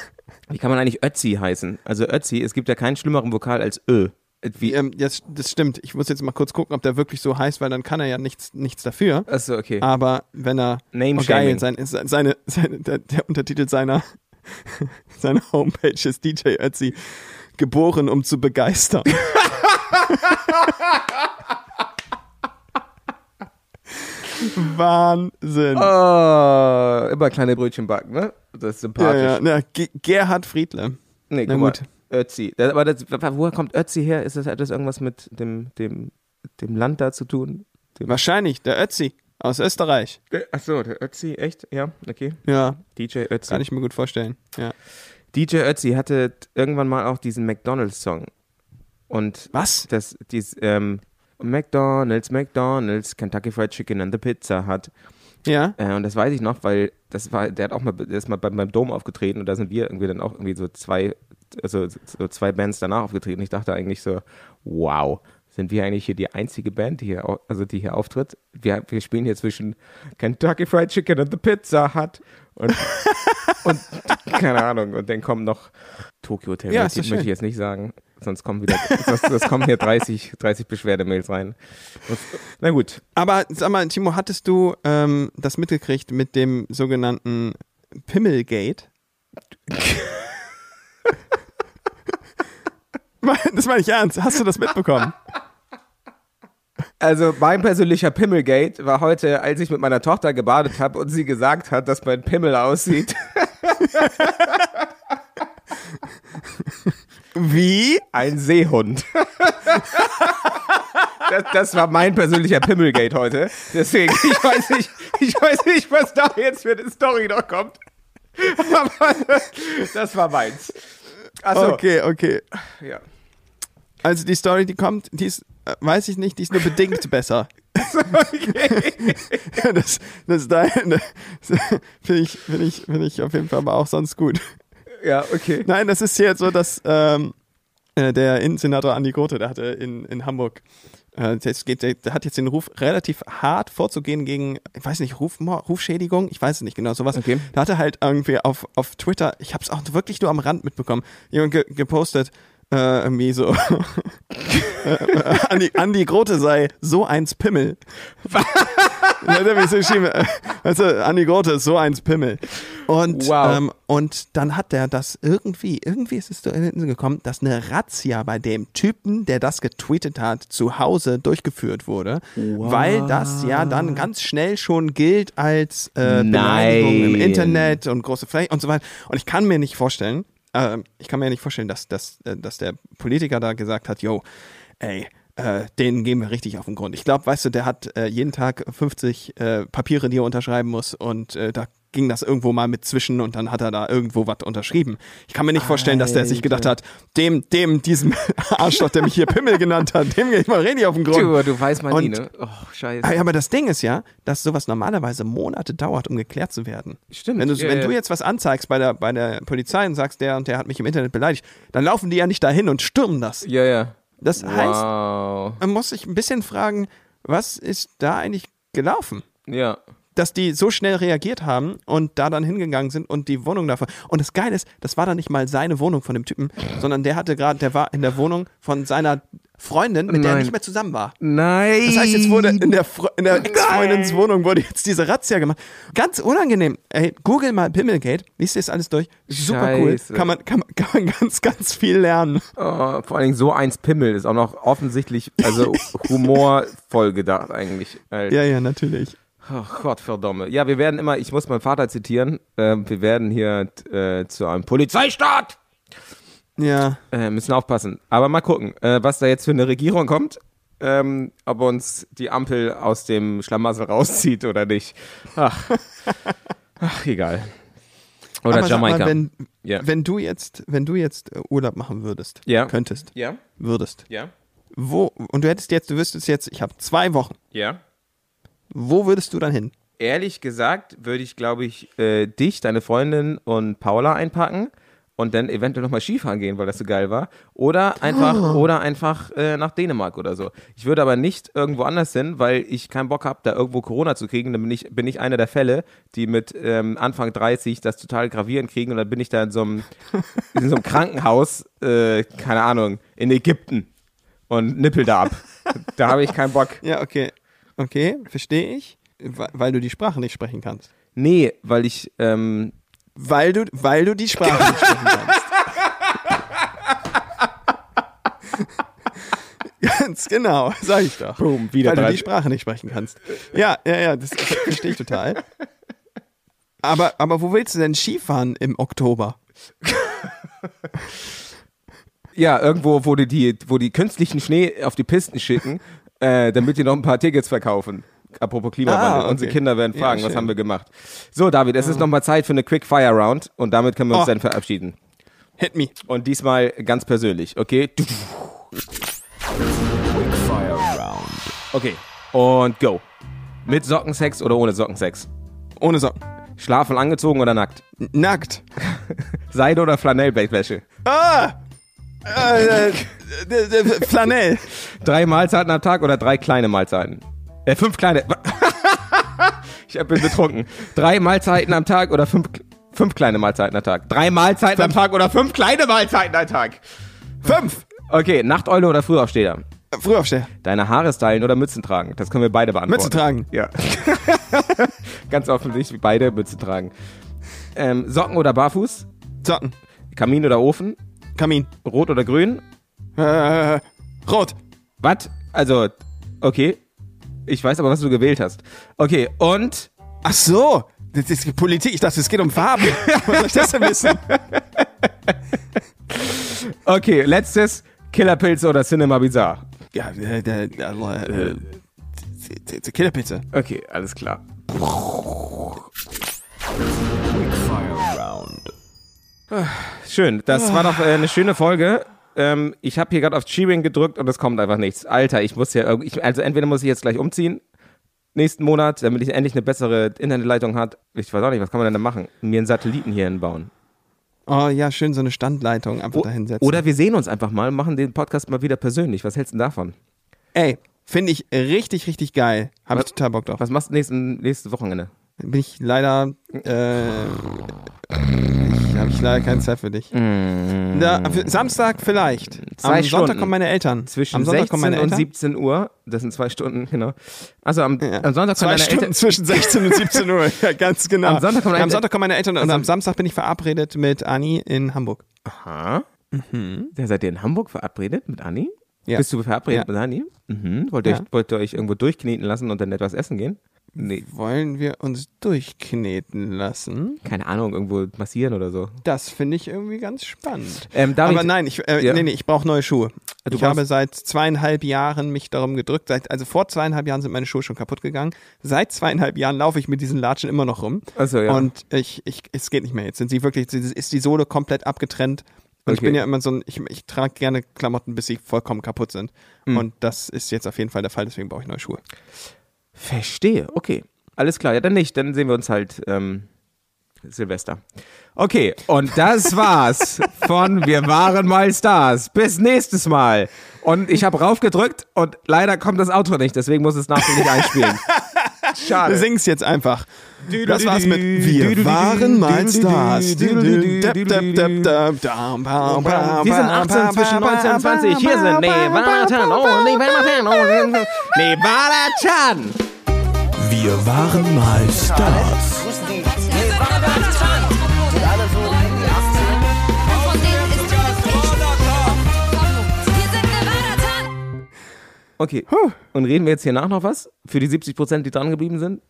Speaker 1: Wie kann man eigentlich Ötzi heißen? Also Ötzi, es gibt ja keinen schlimmeren Vokal als Ö. Wie,
Speaker 2: Ähm, das, das stimmt. Ich muss jetzt mal kurz gucken, ob der wirklich so heißt, weil dann kann er ja nichts, nichts dafür.
Speaker 1: achso, okay.
Speaker 2: Aber wenn er.
Speaker 1: Name
Speaker 2: oh, geil,
Speaker 1: Shaming.
Speaker 2: sein, sein- seine, seine, der, der Untertitel seiner, [laughs] seiner Homepage ist DJ Ötzi. Geboren, um zu
Speaker 1: [laughs]
Speaker 2: begeistern. Wahnsinn.
Speaker 1: Oh, immer kleine Brötchen backen, ne? Das
Speaker 2: Ja,
Speaker 1: ist sympathisch.
Speaker 2: ja, na, Ge Gerhard Friedle.
Speaker 1: Nee,
Speaker 2: Na
Speaker 1: guck mal.
Speaker 2: gut.
Speaker 1: Ötzi. Das, aber das, woher kommt Ötzi her? Ist das, hat das irgendwas mit dem, dem, dem Land da zu tun? Dem,
Speaker 2: Wahrscheinlich, der Ötzi aus Österreich.
Speaker 1: Äh, achso, der Ötzi, echt? Ja, okay.
Speaker 2: Ja,
Speaker 1: DJ Ötzi.
Speaker 2: kann ich mir gut vorstellen. Ja.
Speaker 1: DJ Ötzi hatte irgendwann mal auch diesen McDonalds-Song. Und
Speaker 2: Was?
Speaker 1: das, dies, ähm, McDonalds, McDonalds, Kentucky Fried Chicken and the Pizza hat.
Speaker 2: Ja.
Speaker 1: Äh, und das weiß ich noch, weil das war, der hat auch mal, der ist mal bei, beim Dom aufgetreten und da sind wir irgendwie dann auch irgendwie so zwei, also so zwei Bands danach aufgetreten. Ich dachte eigentlich so, wow, sind wir eigentlich hier die einzige Band, die hier, au- also die hier auftritt? Wir, wir spielen hier zwischen Kentucky Fried Chicken and the Pizza Hut
Speaker 2: [laughs]
Speaker 1: und, und keine Ahnung. Und dann kommen noch Tokyo Hotel.
Speaker 2: Ja,
Speaker 1: Ja,
Speaker 2: ist
Speaker 1: möchte
Speaker 2: doch
Speaker 1: ich
Speaker 2: schön.
Speaker 1: jetzt nicht sagen. Sonst kommen wieder, sonst, sonst kommen hier 30, 30
Speaker 2: [laughs]
Speaker 1: Beschwerdemails rein. Und, na gut.
Speaker 2: Aber sag mal, Timo, hattest du ähm, das mitgekriegt mit dem sogenannten Pimmelgate? [laughs] das meine ich ernst. Hast du das mitbekommen?
Speaker 1: Also mein persönlicher Pimmelgate war heute, als ich mit meiner Tochter gebadet habe und sie gesagt hat, dass mein Pimmel aussieht. Wie ein Seehund. Das, das war mein persönlicher Pimmelgate heute. Deswegen, ich weiß nicht, ich weiß nicht, was da jetzt für eine Story noch kommt. Aber das war meins. Achso,
Speaker 2: Okay, okay.
Speaker 1: ja. [laughs]
Speaker 2: Also die Story, die kommt, die ist, äh, weiß ich nicht, die ist nur bedingt [laughs] besser.
Speaker 1: okay.
Speaker 2: das, das, [laughs] das finde ich, find ich, find ich auf jeden Fall aber auch sonst gut.
Speaker 1: Ja, okay.
Speaker 2: Nein, das ist hier so, dass ähm, äh, der Innensenator Andi Grote, der hatte in, in Hamburg, äh, das geht, der, der hat jetzt den Ruf, relativ hart vorzugehen gegen, ich weiß nicht, Rufmord, Rufschädigung, ich weiß es nicht genau, sowas.
Speaker 1: Okay.
Speaker 2: Da hatte halt irgendwie auf, auf Twitter, ich habe es auch wirklich nur am Rand mitbekommen, jemand ge gepostet, äh, irgendwie so, [laughs] äh, Andi, Andi Grote sei so eins Pimmel. Ja, da hab ich so geschrieben, äh, weißt du, Andi Grote ist so eins Pimmel. Und,
Speaker 1: Wow.
Speaker 2: ähm, und dann hat er das irgendwie, irgendwie ist es zu hinten gekommen, dass eine Razzia bei dem Typen, der das getweetet hat, zu Hause durchgeführt wurde, weil das ja dann ganz schnell schon gilt als äh, Beleidigung im
Speaker 1: Nein.
Speaker 2: Internet und große Fläche und so weiter. Und ich kann mir nicht vorstellen, ähm, ich kann mir nicht vorstellen, dass, dass, äh, dass der Politiker da gesagt hat, yo, ey, äh, denen gehen wir richtig auf den Grund. Ich glaube, weißt du, der hat äh, jeden Tag 50 äh, Papiere, die er unterschreiben muss und äh, da ging das irgendwo mal mit zwischen und dann hat er da irgendwo was unterschrieben. Ich kann mir nicht vorstellen, dass der sich gedacht hat, dem, dem, diesem [laughs] Arschloch, der mich hier Pimmel genannt hat, dem gehe ich mal richtig auf den Grund.
Speaker 1: Du, du weißt mal nie,
Speaker 2: Und-
Speaker 1: ne? Oh, scheiße.
Speaker 2: Aber aber das Ding ist Ah, ja, dass sowas normalerweise Monate dauert, um geklärt zu werden.
Speaker 1: Stimmt,
Speaker 2: Wenn du,
Speaker 1: ja,
Speaker 2: wenn
Speaker 1: ja.
Speaker 2: du jetzt was anzeigst bei der, bei der Polizei und sagst, der und der hat mich im Internet beleidigt, dann laufen die ja nicht dahin und stürmen das.
Speaker 1: Ja, ja.
Speaker 2: Das heißt,
Speaker 1: wow.
Speaker 2: man muss sich ein bisschen fragen, was ist da eigentlich gelaufen?
Speaker 1: Ja.
Speaker 2: Dass die so schnell reagiert haben und da dann hingegangen sind und die Wohnung davon. Und das Geile ist, das war dann nicht mal seine Wohnung von dem Typen, sondern der hatte gerade, der war in der Wohnung von seiner Freundin, mit der er
Speaker 1: Nein.
Speaker 2: nicht mehr zusammen war.
Speaker 1: Nein.
Speaker 2: Das heißt, jetzt wurde in der, Fre-
Speaker 1: Oh
Speaker 2: in der Ex-Freundins Wohnung wurde jetzt diese Razzia gemacht. Ganz unangenehm. Ey, google mal Pimmelgate, liest dir das alles durch. Super
Speaker 1: Scheiße.
Speaker 2: cool. Kann man, kann, man- kann man ganz, ganz viel lernen.
Speaker 1: Oh, vor allen Dingen so eins Pimmel ist auch noch offensichtlich,
Speaker 2: [laughs]
Speaker 1: also humorvoll gedacht eigentlich. Alter.
Speaker 2: Ja, ja, natürlich.
Speaker 1: Oh Gott, verdomme. Ja, wir werden immer, ich muss meinen Vater zitieren, ähm, wir werden hier äh, zu einem Polizeistaat.
Speaker 2: Ja.
Speaker 1: Äh, müssen aufpassen. Aber mal gucken, äh, was da jetzt für eine Regierung kommt. Ähm, ob uns die Ampel aus dem Schlamassel rauszieht oder nicht.
Speaker 2: [laughs]
Speaker 1: Ach, Ach egal. Oder
Speaker 2: Aber sag
Speaker 1: Jamaika.
Speaker 2: Mal, wenn,
Speaker 1: Ja.
Speaker 2: wenn du jetzt, wenn du jetzt äh, Urlaub machen würdest,
Speaker 1: Ja.
Speaker 2: könntest,
Speaker 1: ja,
Speaker 2: würdest,
Speaker 1: ja,
Speaker 2: wo, und du hättest jetzt, du wüsstest jetzt, ich habe zwei Wochen,
Speaker 1: ja.
Speaker 2: wo würdest du dann hin?
Speaker 1: Ehrlich gesagt würde ich, glaube ich, äh, dich, deine Freundin und Paula einpacken und dann eventuell nochmal Skifahren gehen, weil das so geil war. Oder einfach, oder einfach äh, nach Dänemark oder so. Ich würde aber nicht irgendwo anders hin, weil ich keinen Bock habe, da irgendwo Corona zu kriegen. Dann bin ich, bin ich einer der Fälle, die mit ähm, Anfang 30 das total gravierend kriegen und dann bin ich da in so einem, in so einem Krankenhaus, äh, keine Ahnung, in Ägypten und nippel da ab. Da habe ich keinen Bock.
Speaker 2: Ja, okay. Okay, verstehe ich. Weil, weil du die Sprache nicht sprechen kannst.
Speaker 1: Nee, weil ich, ähm,
Speaker 2: Weil du, weil du die Sprache nicht sprechen kannst. [laughs] Ganz genau, sag ich doch.
Speaker 1: Boom, wieder
Speaker 2: Weil du
Speaker 1: drei-
Speaker 2: die Sprache nicht sprechen kannst. Ja, ja, ja, das verstehe ich total. Aber, aber wo willst du denn Skifahren im Oktober?
Speaker 1: Ja, irgendwo, wo die, die, wo die künstlichen Schnee auf die
Speaker 2: [laughs]
Speaker 1: Pisten schicken, äh, damit die noch ein paar Tickets verkaufen. Apropos Klimawandel.
Speaker 2: Ah, okay.
Speaker 1: Unsere Kinder werden
Speaker 2: Ja,
Speaker 1: fragen, was
Speaker 2: schön.
Speaker 1: haben wir gemacht? So, David, es ist nochmal Zeit für eine Quick-Fire-Round und damit können wir uns
Speaker 2: Oh.
Speaker 1: dann verabschieden.
Speaker 2: Hit me.
Speaker 1: Und diesmal ganz persönlich, okay? Okay, und go. Mit Sockensex oder ohne Sockensex?
Speaker 2: Ohne Socken.
Speaker 1: Schlafen angezogen oder nackt?
Speaker 2: Nackt. Ah!
Speaker 1: Seide oder Flanellbettwäsche?
Speaker 2: Äh, äh, äh, äh, Flanell.
Speaker 1: Drei Mahlzeiten am Tag oder drei kleine Mahlzeiten? Äh, fünf kleine. [laughs] ich bin betrunken. Drei Mahlzeiten am Tag oder fünf, fünf kleine Mahlzeiten am Tag? Drei Mahlzeiten am Tag oder fünf kleine Mahlzeiten am Tag? Fünf! Okay, Nachteule oder Frühaufsteher?
Speaker 2: Frühaufsteher.
Speaker 1: Deine Haare stylen oder Mützen tragen? Das können wir beide beantworten.
Speaker 2: Mütze tragen.
Speaker 1: Ja. [laughs] Ganz offensichtlich beide Mützen tragen. Ähm, Socken oder Barfuß?
Speaker 2: Socken.
Speaker 1: Kamin oder Ofen?
Speaker 2: Kamin.
Speaker 1: Rot oder Grün?
Speaker 2: Äh, rot.
Speaker 1: Was? Also, okay. Ich weiß aber, was du gewählt hast. Okay, und
Speaker 2: Ach so, das ist Politik. Ich dachte, es geht um
Speaker 1: [laughs]
Speaker 2: Farben. Was soll ich das denn wissen?
Speaker 1: okay, letztes Killerpilze oder Cinema Bizarre.
Speaker 2: Ja, äh, äh, äh, äh, äh, Killerpizza.
Speaker 1: Okay, alles klar. Schön, das war doch äh, eine schöne Folge. Ähm, ich habe hier gerade auf Cheering gedrückt und es kommt einfach nichts. Alter, ich muss ja irgendwie, ich- also entweder muss ich jetzt gleich umziehen, nächsten Monat, damit ich endlich eine bessere Internetleitung hat. Ich weiß auch nicht, was kann man denn da machen? Mir einen Satelliten hier hinbauen.
Speaker 2: Oh ja, schön so eine Standleitung einfach da hinsetzen.
Speaker 1: Oder wir sehen uns einfach mal und machen den Podcast mal wieder persönlich. Was hältst du denn davon?
Speaker 2: ey, finde ich richtig, richtig geil. Habe ich
Speaker 1: Was-
Speaker 2: total Bock drauf.
Speaker 1: Was machst du nächsten, nächstes Wochenende?
Speaker 2: Bin ich leider. Äh, ich hab habe ich leider keine Zeit für dich. Da, am Samstag vielleicht.
Speaker 1: Mm. Zwei
Speaker 2: am Sonntag
Speaker 1: Stunden.
Speaker 2: kommen meine Eltern.
Speaker 1: Zwischen
Speaker 2: am Sonntag kommen
Speaker 1: 16
Speaker 2: meine
Speaker 1: und
Speaker 2: Eltern.
Speaker 1: 17 Uhr, das sind zwei Stunden, genau. Also am, am Sonntag kommen
Speaker 2: Zwei
Speaker 1: deine
Speaker 2: Stunden
Speaker 1: Eltern.
Speaker 2: zwischen 16 und 17
Speaker 1: [laughs]
Speaker 2: Uhr. Ja, ganz genau.
Speaker 1: Am Sonntag kommen meine
Speaker 2: am
Speaker 1: Eltern-
Speaker 2: Sonntag kommen meine Eltern und am Samstag bin ich verabredet mit Ani in Hamburg.
Speaker 1: Aha. Da seid ihr in Hamburg verabredet mit Anni?
Speaker 2: Mhm. Ja.
Speaker 1: Bist du verabredet
Speaker 2: Ja.
Speaker 1: mit Anni? Mhm. Wollt, ihr
Speaker 2: Ja.
Speaker 1: euch, wollt ihr euch irgendwo durchkneten lassen und dann etwas essen gehen? Nee,
Speaker 2: Wollen wir uns durchkneten lassen?
Speaker 1: keine Ahnung, irgendwo massieren oder so.
Speaker 2: Das finde ich irgendwie ganz spannend.
Speaker 1: Ähm, darf
Speaker 2: Aber
Speaker 1: ich-
Speaker 2: nein, ich, äh,
Speaker 1: Ja.
Speaker 2: nee, nee, ich brauche neue Schuhe.
Speaker 1: Du
Speaker 2: ich
Speaker 1: brauchst-
Speaker 2: habe seit zweieinhalb Jahren mich darum gedrückt. Seit, also vor zweieinhalb Jahren sind meine Schuhe schon kaputt gegangen. Seit zweieinhalb Jahren laufe ich mit diesen Latschen immer noch rum.
Speaker 1: Ach so, ja.
Speaker 2: Und ich, ich, es geht nicht mehr. Jetzt sind sie wirklich, sie- ist die Sohle komplett abgetrennt. Und ich
Speaker 1: Okay.
Speaker 2: bin ja immer so ein, ich, ich trage gerne Klamotten, bis sie vollkommen kaputt sind.
Speaker 1: Hm.
Speaker 2: Und das ist jetzt auf jeden Fall der Fall, deswegen brauche ich neue Schuhe.
Speaker 1: Verstehe, okay. Alles klar, ja, dann nicht. Dann sehen wir uns halt ähm, Silvester. Okay, und das war's von Wir waren mal Stars. Bis nächstes Mal. Und ich habe raufgedrückt und leider kommt das Outro nicht, deswegen muss es nachher nicht einspielen.
Speaker 2: Wir
Speaker 1: Schade.
Speaker 2: sing's jetzt einfach. Das war's mit Wir waren mal Stars. Dap, dap, dap, dap, dam, bam, bam,
Speaker 1: Wir sind
Speaker 2: bam,
Speaker 1: 18
Speaker 2: bam, bam,
Speaker 1: zwischen
Speaker 2: bam,
Speaker 1: 19 und
Speaker 2: bam,
Speaker 1: 20. Hier sind
Speaker 2: bam, bam,
Speaker 1: Nevada-Chan. Oh, Nevada-Chan. Oh, Nevada-Chan.
Speaker 5: Wir waren mal Stars.
Speaker 3: Von denen ist nur das Ich. Wir sind Nevada-Tan.
Speaker 1: Okay. Und reden wir jetzt hier nach noch was? Für die 70 Prozent, die dran geblieben sind?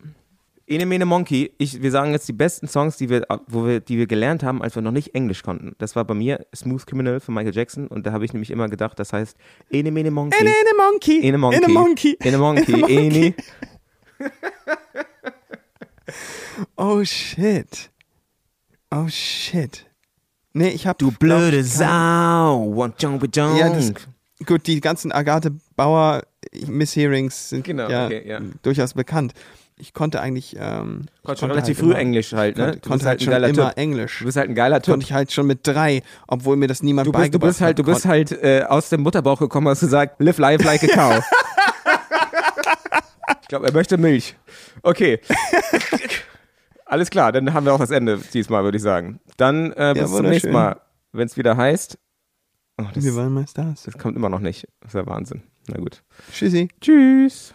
Speaker 1: Ene Mene Monkey. Ich, wir sagen jetzt die besten Songs, die wir, wo wir, die wir gelernt haben, als wir noch nicht Englisch konnten. Das war bei mir Smooth Criminal von Michael Jackson. Und da habe ich nämlich immer gedacht, das heißt Ene Mene Monkey.
Speaker 2: In a monkey.
Speaker 1: Ene Monkey.
Speaker 2: In a monkey.
Speaker 1: Ene Monkey. Ene.
Speaker 2: Oh shit. Oh shit. Nee, ich hab.
Speaker 1: Du blöde
Speaker 2: glaub ich, keine-
Speaker 1: Sau. One jump, one jump.
Speaker 2: Ja, das, gut, die ganzen Agathe Bauer Misshearings sind
Speaker 1: Genau,
Speaker 2: ja,
Speaker 1: okay, ja.
Speaker 2: durchaus bekannt. Ich konnte eigentlich. Ähm,
Speaker 1: Konntest
Speaker 2: ich
Speaker 1: schon
Speaker 2: konnte
Speaker 1: relativ
Speaker 2: halt
Speaker 1: früh
Speaker 2: immer-
Speaker 1: Englisch halt, ne?
Speaker 2: Konnte,
Speaker 1: Du
Speaker 2: konnte
Speaker 1: bist
Speaker 2: halt
Speaker 1: ein
Speaker 2: schon
Speaker 1: geiler
Speaker 2: immer
Speaker 1: Typ.
Speaker 2: Englisch.
Speaker 1: Du bist halt ein geiler Typ.
Speaker 2: konnte ich halt schon mit drei, obwohl mir das niemand
Speaker 1: Du bist, du bist halt, du bist halt äh, aus dem Mutterbauch gekommen, hast gesagt, live life like
Speaker 2: [laughs]
Speaker 1: a cow. ich glaube, er möchte Milch. Okay. Alles klar, dann haben wir auch das Ende diesmal, würde ich sagen. Dann äh, bis zum
Speaker 2: wunderschön.
Speaker 1: nächsten Mal, wenn es wieder heißt. Oh, das,
Speaker 2: Wir waren mal Stars.
Speaker 1: das kommt immer noch nicht. Das ist ja Wahnsinn. Na gut.
Speaker 2: Tschüssi.
Speaker 1: Tschüss.